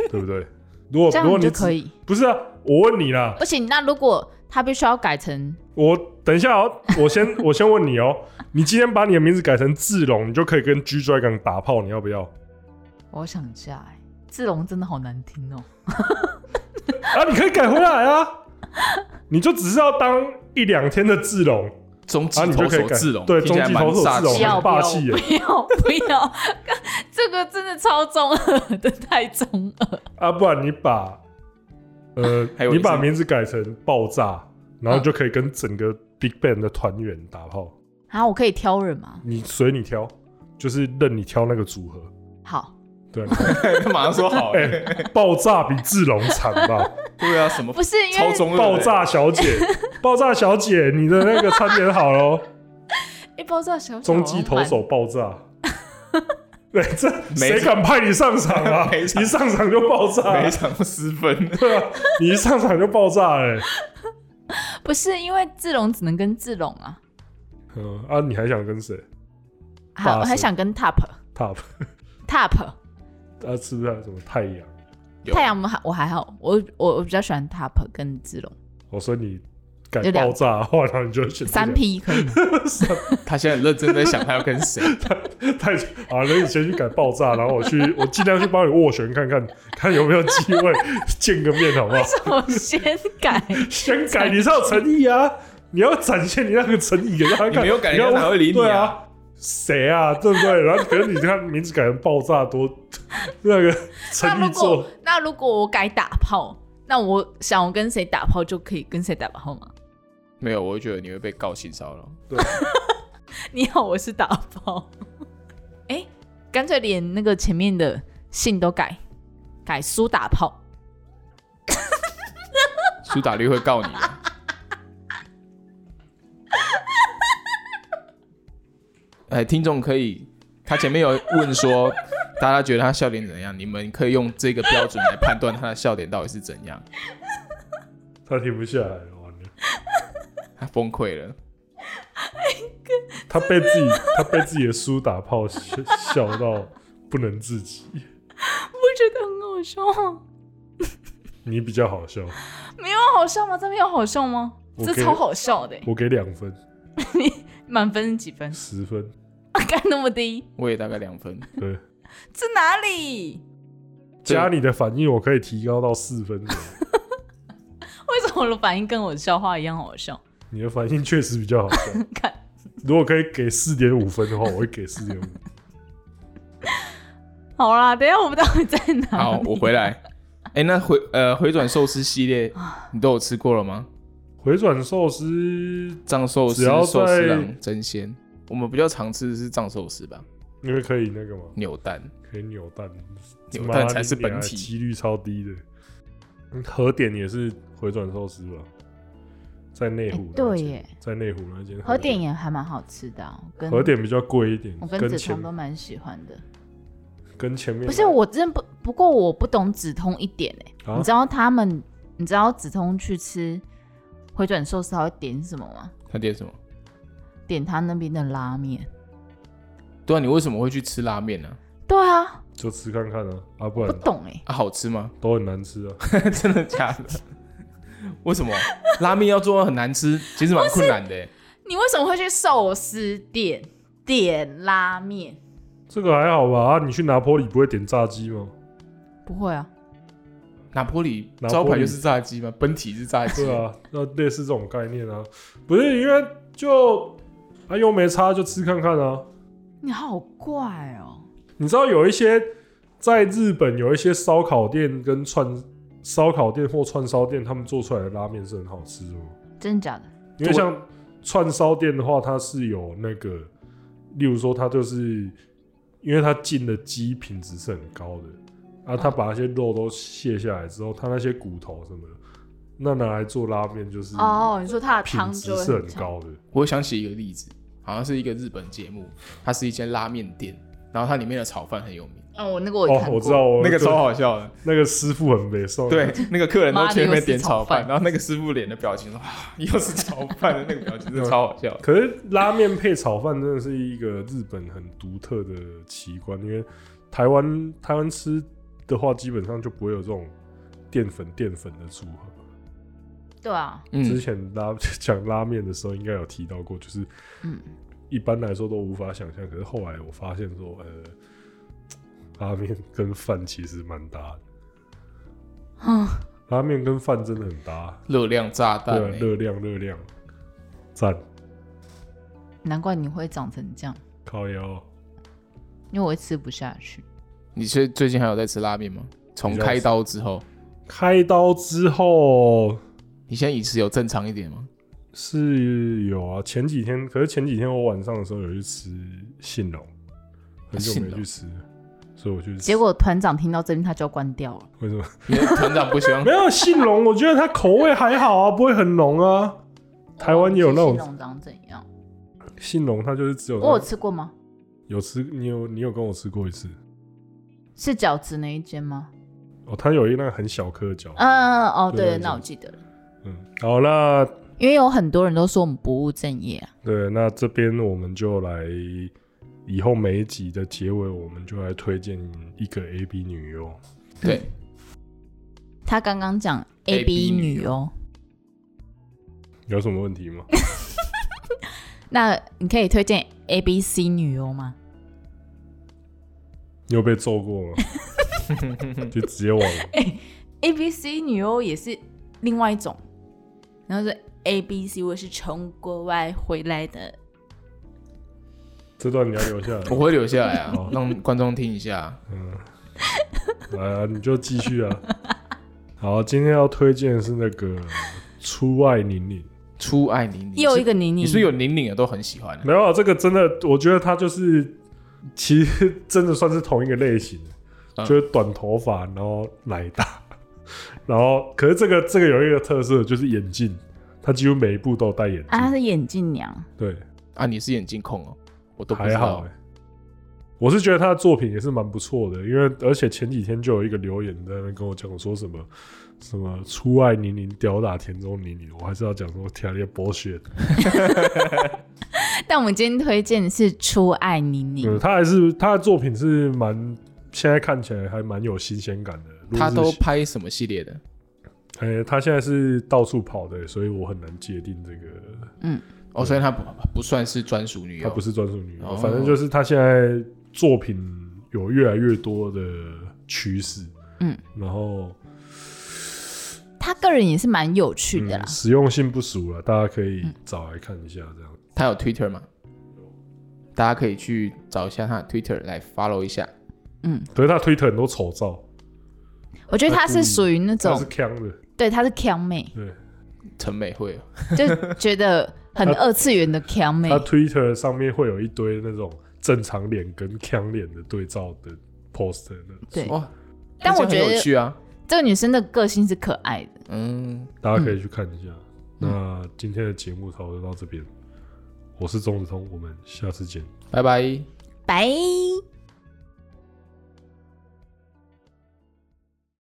Speaker 2: 对不对？如果
Speaker 3: 这
Speaker 2: 哦如果
Speaker 3: 样
Speaker 2: 你
Speaker 3: 就
Speaker 2: 只
Speaker 3: 可，以。
Speaker 2: 不是啊，我问你啦，
Speaker 3: 而且那如果他必须要改成
Speaker 2: 我等一下哦，我先我先问你哦，你今天把你的名字改成志龙，你就可以跟 G Dragon 打炮，你要不要？
Speaker 3: 我想一下、欸，志龙真的好难听哦、
Speaker 2: 啊，你可以改回来啊，你就只是要当一两天的智龙，
Speaker 4: 中继
Speaker 2: 啊，你就
Speaker 4: 投
Speaker 2: 可以
Speaker 4: 手
Speaker 2: 改
Speaker 4: 自龙，
Speaker 2: 对，
Speaker 4: 听
Speaker 2: 中
Speaker 4: 起来
Speaker 2: 继
Speaker 4: 蛮
Speaker 2: 投手
Speaker 4: 煞
Speaker 2: 智龙
Speaker 4: 气
Speaker 3: 不
Speaker 2: 很
Speaker 3: 要
Speaker 4: 的。
Speaker 3: 不
Speaker 2: 霸
Speaker 3: 要
Speaker 2: 气耶
Speaker 3: 不要不要， [LAUGHS] 这个真的超中 [LAUGHS] 二的，太中二。
Speaker 2: 啊，不然你把呃
Speaker 4: [LAUGHS] 还有，
Speaker 2: 你
Speaker 4: 一次
Speaker 2: 把名字改成爆炸，然后就可以跟整
Speaker 4: 嗯
Speaker 2: 个 Big Bang 的团员打炮，
Speaker 3: 啊，我可以挑人吗？
Speaker 2: 你随你挑，就是任你挑那个组合。
Speaker 3: 好，
Speaker 2: 对，
Speaker 4: [LAUGHS] 马上说好、
Speaker 2: 哎、 [LAUGHS] 爆炸比智龙惨
Speaker 4: [LAUGHS]
Speaker 2: 吧？
Speaker 4: 对啊，什么
Speaker 3: 不是因
Speaker 4: 超
Speaker 3: 为
Speaker 4: 中二的
Speaker 2: 爆炸小姐，
Speaker 4: [LAUGHS]
Speaker 2: 爆炸小姐，你的那个餐点好喽。
Speaker 3: 一包炸小小
Speaker 2: 中继投
Speaker 3: 蛮
Speaker 2: 手爆炸。对，
Speaker 4: [LAUGHS]
Speaker 2: 这
Speaker 4: 每
Speaker 2: 谁敢派你上场
Speaker 4: [LAUGHS]
Speaker 2: 啊？
Speaker 4: 每场
Speaker 2: 一上场就爆炸啊
Speaker 4: 每，场失分。
Speaker 2: 对啊，你一上场就爆炸了。欸
Speaker 3: 不是因为志龙只能跟志龙啊，
Speaker 2: 嗯啊，你还想跟谁
Speaker 3: 还
Speaker 2: 大
Speaker 3: 还
Speaker 2: 神
Speaker 3: 想跟 Top
Speaker 2: ？Top 啊
Speaker 3: Top，
Speaker 2: 是不是还有什么太阳？啊
Speaker 4: 有
Speaker 3: 太阳我还我还好，我我我比较喜欢 Top 跟志龙
Speaker 2: 我说哦你改
Speaker 3: 有两
Speaker 2: 爆炸的话，然后你就选这
Speaker 3: 三
Speaker 2: 个
Speaker 3: P 可以 [LAUGHS] 吗？
Speaker 4: 他现在很认真在想他要跟谁。
Speaker 2: [LAUGHS] 太啊，那你先去改爆炸，然后我去， [LAUGHS] 我尽量去帮你斡旋看看，看有没有机会 [LAUGHS] 见个面，好不好
Speaker 3: 为？什么先
Speaker 2: [LAUGHS]
Speaker 3: 改？
Speaker 2: 先改你是有诚意啊，你要展现你那个诚意给大家看，
Speaker 4: [LAUGHS] 你没有改
Speaker 2: 要
Speaker 4: 人家哪会理你啊
Speaker 2: 对啊，谁啊，对不对？然后可是你看名字改成爆炸多， [LAUGHS] 那个
Speaker 3: 那
Speaker 2: 诚意
Speaker 3: 如果
Speaker 2: 做
Speaker 3: 那如果我改打炮，那我想我跟谁打炮就可以跟谁打炮吗？ [LAUGHS]
Speaker 4: 没有，我觉得你会被告性骚扰。
Speaker 3: 你好，我是打炮。 [LAUGHS] 哎、干脆连那个前面的姓都改，改苏打炮。 [LAUGHS]
Speaker 4: 苏打绿会告你啊吗？ [LAUGHS] 哎，听众可以，他前面有问说，大家觉得他笑点怎样？你们可以用这个标准来判断他的笑点到底是怎样。
Speaker 2: 他停不下来，完了，
Speaker 4: 他崩溃了，
Speaker 2: 他被自己他被自己的书打炮笑笑到不能自己，
Speaker 3: 我觉得很好笑，
Speaker 2: 你比较好笑，
Speaker 3: 没有好笑吗？这没有好笑吗？
Speaker 2: 我
Speaker 3: 这
Speaker 2: 给
Speaker 3: 超好笑的、
Speaker 2: 我给两分，
Speaker 3: 满分是几分？ [LAUGHS]
Speaker 2: 十分，
Speaker 3: 啊，干那么低，
Speaker 4: 我也大概两分。
Speaker 2: 对，
Speaker 3: 这哪里？
Speaker 2: 加你的反应我可以提高到四分左右，
Speaker 3: 为什么我的反应跟我的笑话一样好笑？
Speaker 2: 你的反应确实比较好
Speaker 4: [LAUGHS]
Speaker 2: 笑。
Speaker 3: 看，
Speaker 2: 如果可以给四点五分的话，我会给四点五。
Speaker 3: 好啦，等一下我们到底在哪里？
Speaker 4: 好，我回来。哎，那回呃回转寿司系列，你都有吃过了吗？
Speaker 2: 回转寿司
Speaker 4: 藏寿司
Speaker 2: 只要、
Speaker 4: 寿司
Speaker 2: 在
Speaker 4: 郎、真鲜，我们比较常吃的是藏寿司吧，
Speaker 2: 因为可以那个嘛，
Speaker 4: 扭蛋。
Speaker 2: 可以扭蛋，
Speaker 4: 扭
Speaker 2: 妈
Speaker 4: 蛋才是本
Speaker 2: 你娘啊
Speaker 4: 体
Speaker 2: 几率超低的。嗯和点也是回转寿司吧，在内湖
Speaker 3: 哎
Speaker 2: 那
Speaker 3: 对
Speaker 2: 间、
Speaker 3: 耶
Speaker 2: 在内湖那间
Speaker 3: 和点也还蛮好吃的、啊，我跟
Speaker 2: 和点比较贵一点
Speaker 3: 我，跟
Speaker 2: 跟
Speaker 3: 子
Speaker 2: 前
Speaker 3: 彤都蛮喜欢的。
Speaker 2: 跟前面
Speaker 3: 不是，我真不不过我不懂止痛一点哎、
Speaker 2: 啊
Speaker 3: 你知道他们，你知道止痛去吃回转寿司他会点什么吗？
Speaker 4: 他点什么？
Speaker 3: 点他那边的拉面。
Speaker 4: 对啊，你为什么会去吃拉面呢、
Speaker 3: 对啊，
Speaker 2: 就吃看看啊，啊不
Speaker 3: 不
Speaker 2: 然
Speaker 3: 懂哎、
Speaker 4: 啊，好吃吗？ [LAUGHS]
Speaker 2: 都很难吃啊。 [LAUGHS]
Speaker 4: 真的假的？为什么拉面要做到很难吃，其实蛮困难的欸。
Speaker 3: 你为什么会去寿司店点拉面？
Speaker 2: 这个还好吧？啊，你去拿坡里不会点炸鸡
Speaker 3: [LAUGHS]
Speaker 2: 吗？
Speaker 3: 不会啊，
Speaker 4: 拿坡里
Speaker 2: 拿坡里
Speaker 4: 招牌就是炸鸡吗？本体是炸鸡
Speaker 2: 对，啊，那类似这种概念啊，不是因为就啊又没差，就吃看看啊。
Speaker 3: 你好怪哦、
Speaker 2: 你知道有一些在日本有一些烧烤店跟串烧烤店或串烧店，他们做出来的拉面是很好吃的哦。
Speaker 3: 真的假的？
Speaker 2: 因为像串烧店的话，它是有那个，例如说它就是因为它进的鸡品质是很高的啊，它把那些肉都卸下来之后，它那些骨头什么的，那拿来做拉面就是
Speaker 3: 哦，你说它的
Speaker 2: 嗯品
Speaker 3: 汤
Speaker 2: 质
Speaker 3: 就会
Speaker 2: 是很
Speaker 3: 强，
Speaker 2: 高的。
Speaker 4: 我想起一个例子，好像是一个日本节目，它是一间拉面店，然后它里面的炒饭很有名，
Speaker 3: 嗯，我那个我也
Speaker 2: 哦
Speaker 3: 看，过，
Speaker 2: 我知道，我
Speaker 4: 那个
Speaker 2: 对哦
Speaker 4: 超好笑的。
Speaker 2: 那个师傅很美受，
Speaker 4: 对，那个客人都
Speaker 3: 妈
Speaker 4: 去
Speaker 3: 你
Speaker 4: 那
Speaker 3: 又
Speaker 4: 边
Speaker 3: 是
Speaker 4: 点炒
Speaker 3: 炒饭
Speaker 4: 饭，然后那个师傅脸的表情，哇，又是炒饭的那个表情，真的超好笑。
Speaker 2: 可是拉面配炒饭真的是一个日本很独特的奇观，因为台湾台湾吃的话，基本上就不会有这种淀粉淀粉的组合。
Speaker 3: 对啊，
Speaker 2: 之
Speaker 4: 嗯，
Speaker 2: 前拉 [LAUGHS] 讲拉面的时候，应该有提到过，就是
Speaker 3: 嗯，
Speaker 2: 一般来说都无法想象。可是后来我发现说，呃，拉面跟饭其实蛮搭的，
Speaker 3: 嗯，
Speaker 2: 拉面跟饭真的很搭，
Speaker 4: 热量炸
Speaker 2: 对
Speaker 4: 弹
Speaker 2: 啊，
Speaker 4: 欸，
Speaker 2: 热量热量，赞，
Speaker 3: 难怪你会长成这样，
Speaker 2: 靠腰，
Speaker 3: 因为我会吃不下去。
Speaker 4: 你最最近还有在吃拉面吗？从
Speaker 2: 比较
Speaker 4: 开刀之后，
Speaker 2: 开刀之后
Speaker 4: 你现在饮食有正常一点吗？ [LAUGHS]
Speaker 2: 是有啊，前几天，可是前几天我晚上的时候有去吃信隆，很久
Speaker 4: 信
Speaker 2: 没
Speaker 4: 隆
Speaker 2: 去吃了，所以我去吃
Speaker 3: 结果团长听到这边他就要关掉了，
Speaker 2: 为什么？
Speaker 4: 因为团长不喜
Speaker 2: [LAUGHS]
Speaker 4: [LAUGHS] 欢
Speaker 2: 没有信浓，我觉得它口味还好啊，不会很浓啊。台湾也有那
Speaker 3: 我忘记
Speaker 2: 种
Speaker 3: 信浓长怎样？
Speaker 2: 哦信浓，它就是只有那
Speaker 3: 我有吃过吗？
Speaker 2: 有吃，你有你有跟我吃过一次
Speaker 3: 是饺子那一间吗？
Speaker 2: 哦，它有一那个很小颗的饺子，
Speaker 3: 嗯，哦，
Speaker 2: 对对
Speaker 3: 对，
Speaker 2: 对
Speaker 3: 那我记得了，
Speaker 2: 嗯，好，那
Speaker 3: 因为有很多人都说我们不务正业啊。
Speaker 2: 对，那这边我们就来，以后每一集的结尾我们就来推荐一个 A B 女优，
Speaker 4: 对
Speaker 3: 他刚刚讲 A
Speaker 4: A
Speaker 3: B
Speaker 4: B 女
Speaker 3: 女哦，
Speaker 2: 有什么问题吗？
Speaker 3: 那你可以推荐 A B C 女优吗？
Speaker 2: 你有被揍过 [LAUGHS] 吗？就直接往
Speaker 3: A B C 女优也是另外一种，然后是 A B C，我是从国外回来的，
Speaker 2: 这段你要留下来，
Speaker 4: 我会留下来啊
Speaker 2: 哦，
Speaker 4: 让观众听一下。
Speaker 2: 嗯，来啊，你就继续啊。 [LAUGHS] 好，今天要推荐的是那个初爱宁宁，
Speaker 4: 初爱宁宁，
Speaker 3: 又一个宁
Speaker 4: 你
Speaker 3: 宁
Speaker 4: 是不，是有宁宁的都很喜欢啊？
Speaker 2: 没有啊这个真的，我觉得他就是其实真的算是同一个类型的，
Speaker 4: 嗯
Speaker 2: 就是短头发，然后奶大， [LAUGHS] 然后可是这个这个有一个特色就是眼镜，他几乎每一部都有戴眼镜，
Speaker 3: 啊，她是眼
Speaker 2: [LAUGHS]
Speaker 3: 镜娘，
Speaker 2: 对，
Speaker 4: 啊，你是眼镜控哦，我都不知
Speaker 2: 还好、
Speaker 4: 道
Speaker 2: 欸。。我是觉得他的作品也是蛮不错的，因为而且前几天就有一个留言在那边跟我讲说什么什么初爱宁宁吊打田中宁宁，我还是要讲说天烈博学，
Speaker 4: 嗯
Speaker 3: 但我们今天推荐的是初爱宁
Speaker 2: 嗯，
Speaker 3: 宁，
Speaker 2: 他还是他的作品是蛮现在看起来还蛮有新鲜感的。如果
Speaker 4: 他
Speaker 2: 是
Speaker 4: 都拍什么系列的？
Speaker 2: 哎、他现在是到处跑的，所以我很难界定这个
Speaker 4: 哦，所以他不不算是专属女
Speaker 2: 他
Speaker 4: 友，
Speaker 2: 不是专属女优，
Speaker 4: 哦
Speaker 2: 反正就是他现在作品有越来越多的趋势，
Speaker 3: 嗯，
Speaker 2: 然后。
Speaker 3: 她个人也是蛮有趣的啦
Speaker 2: 嗯，，实用性不俗了，大家可以找来看一下这
Speaker 3: 嗯
Speaker 2: 样。
Speaker 4: 他有 Twitter 吗？大家可以去找一下他的 Twitter 来 follow 一下。
Speaker 3: 嗯，
Speaker 2: 可是他推特很多丑照，
Speaker 3: 我觉得她是属于那
Speaker 2: 他
Speaker 3: 种
Speaker 2: 是，嗯腔的，
Speaker 3: 对，她是强妹，
Speaker 2: 对。
Speaker 4: 陈美惠哦，
Speaker 3: 就觉得很
Speaker 2: 她
Speaker 3: 二次元的强妹
Speaker 2: 他，Twitter 上面会有一堆那种正常脸跟腔脸的对照的 post 呢，
Speaker 3: 对。
Speaker 4: 哇，
Speaker 3: 但我觉
Speaker 4: 这样很有
Speaker 3: 得
Speaker 4: 趣啊，
Speaker 3: 这个女生的个性是可爱的，
Speaker 4: 嗯，
Speaker 2: 大家可以去看一下。
Speaker 3: 嗯
Speaker 2: 那今天的节目差不多到这边，我是钟子通，我们下次见。
Speaker 4: 拜拜。
Speaker 3: 拜。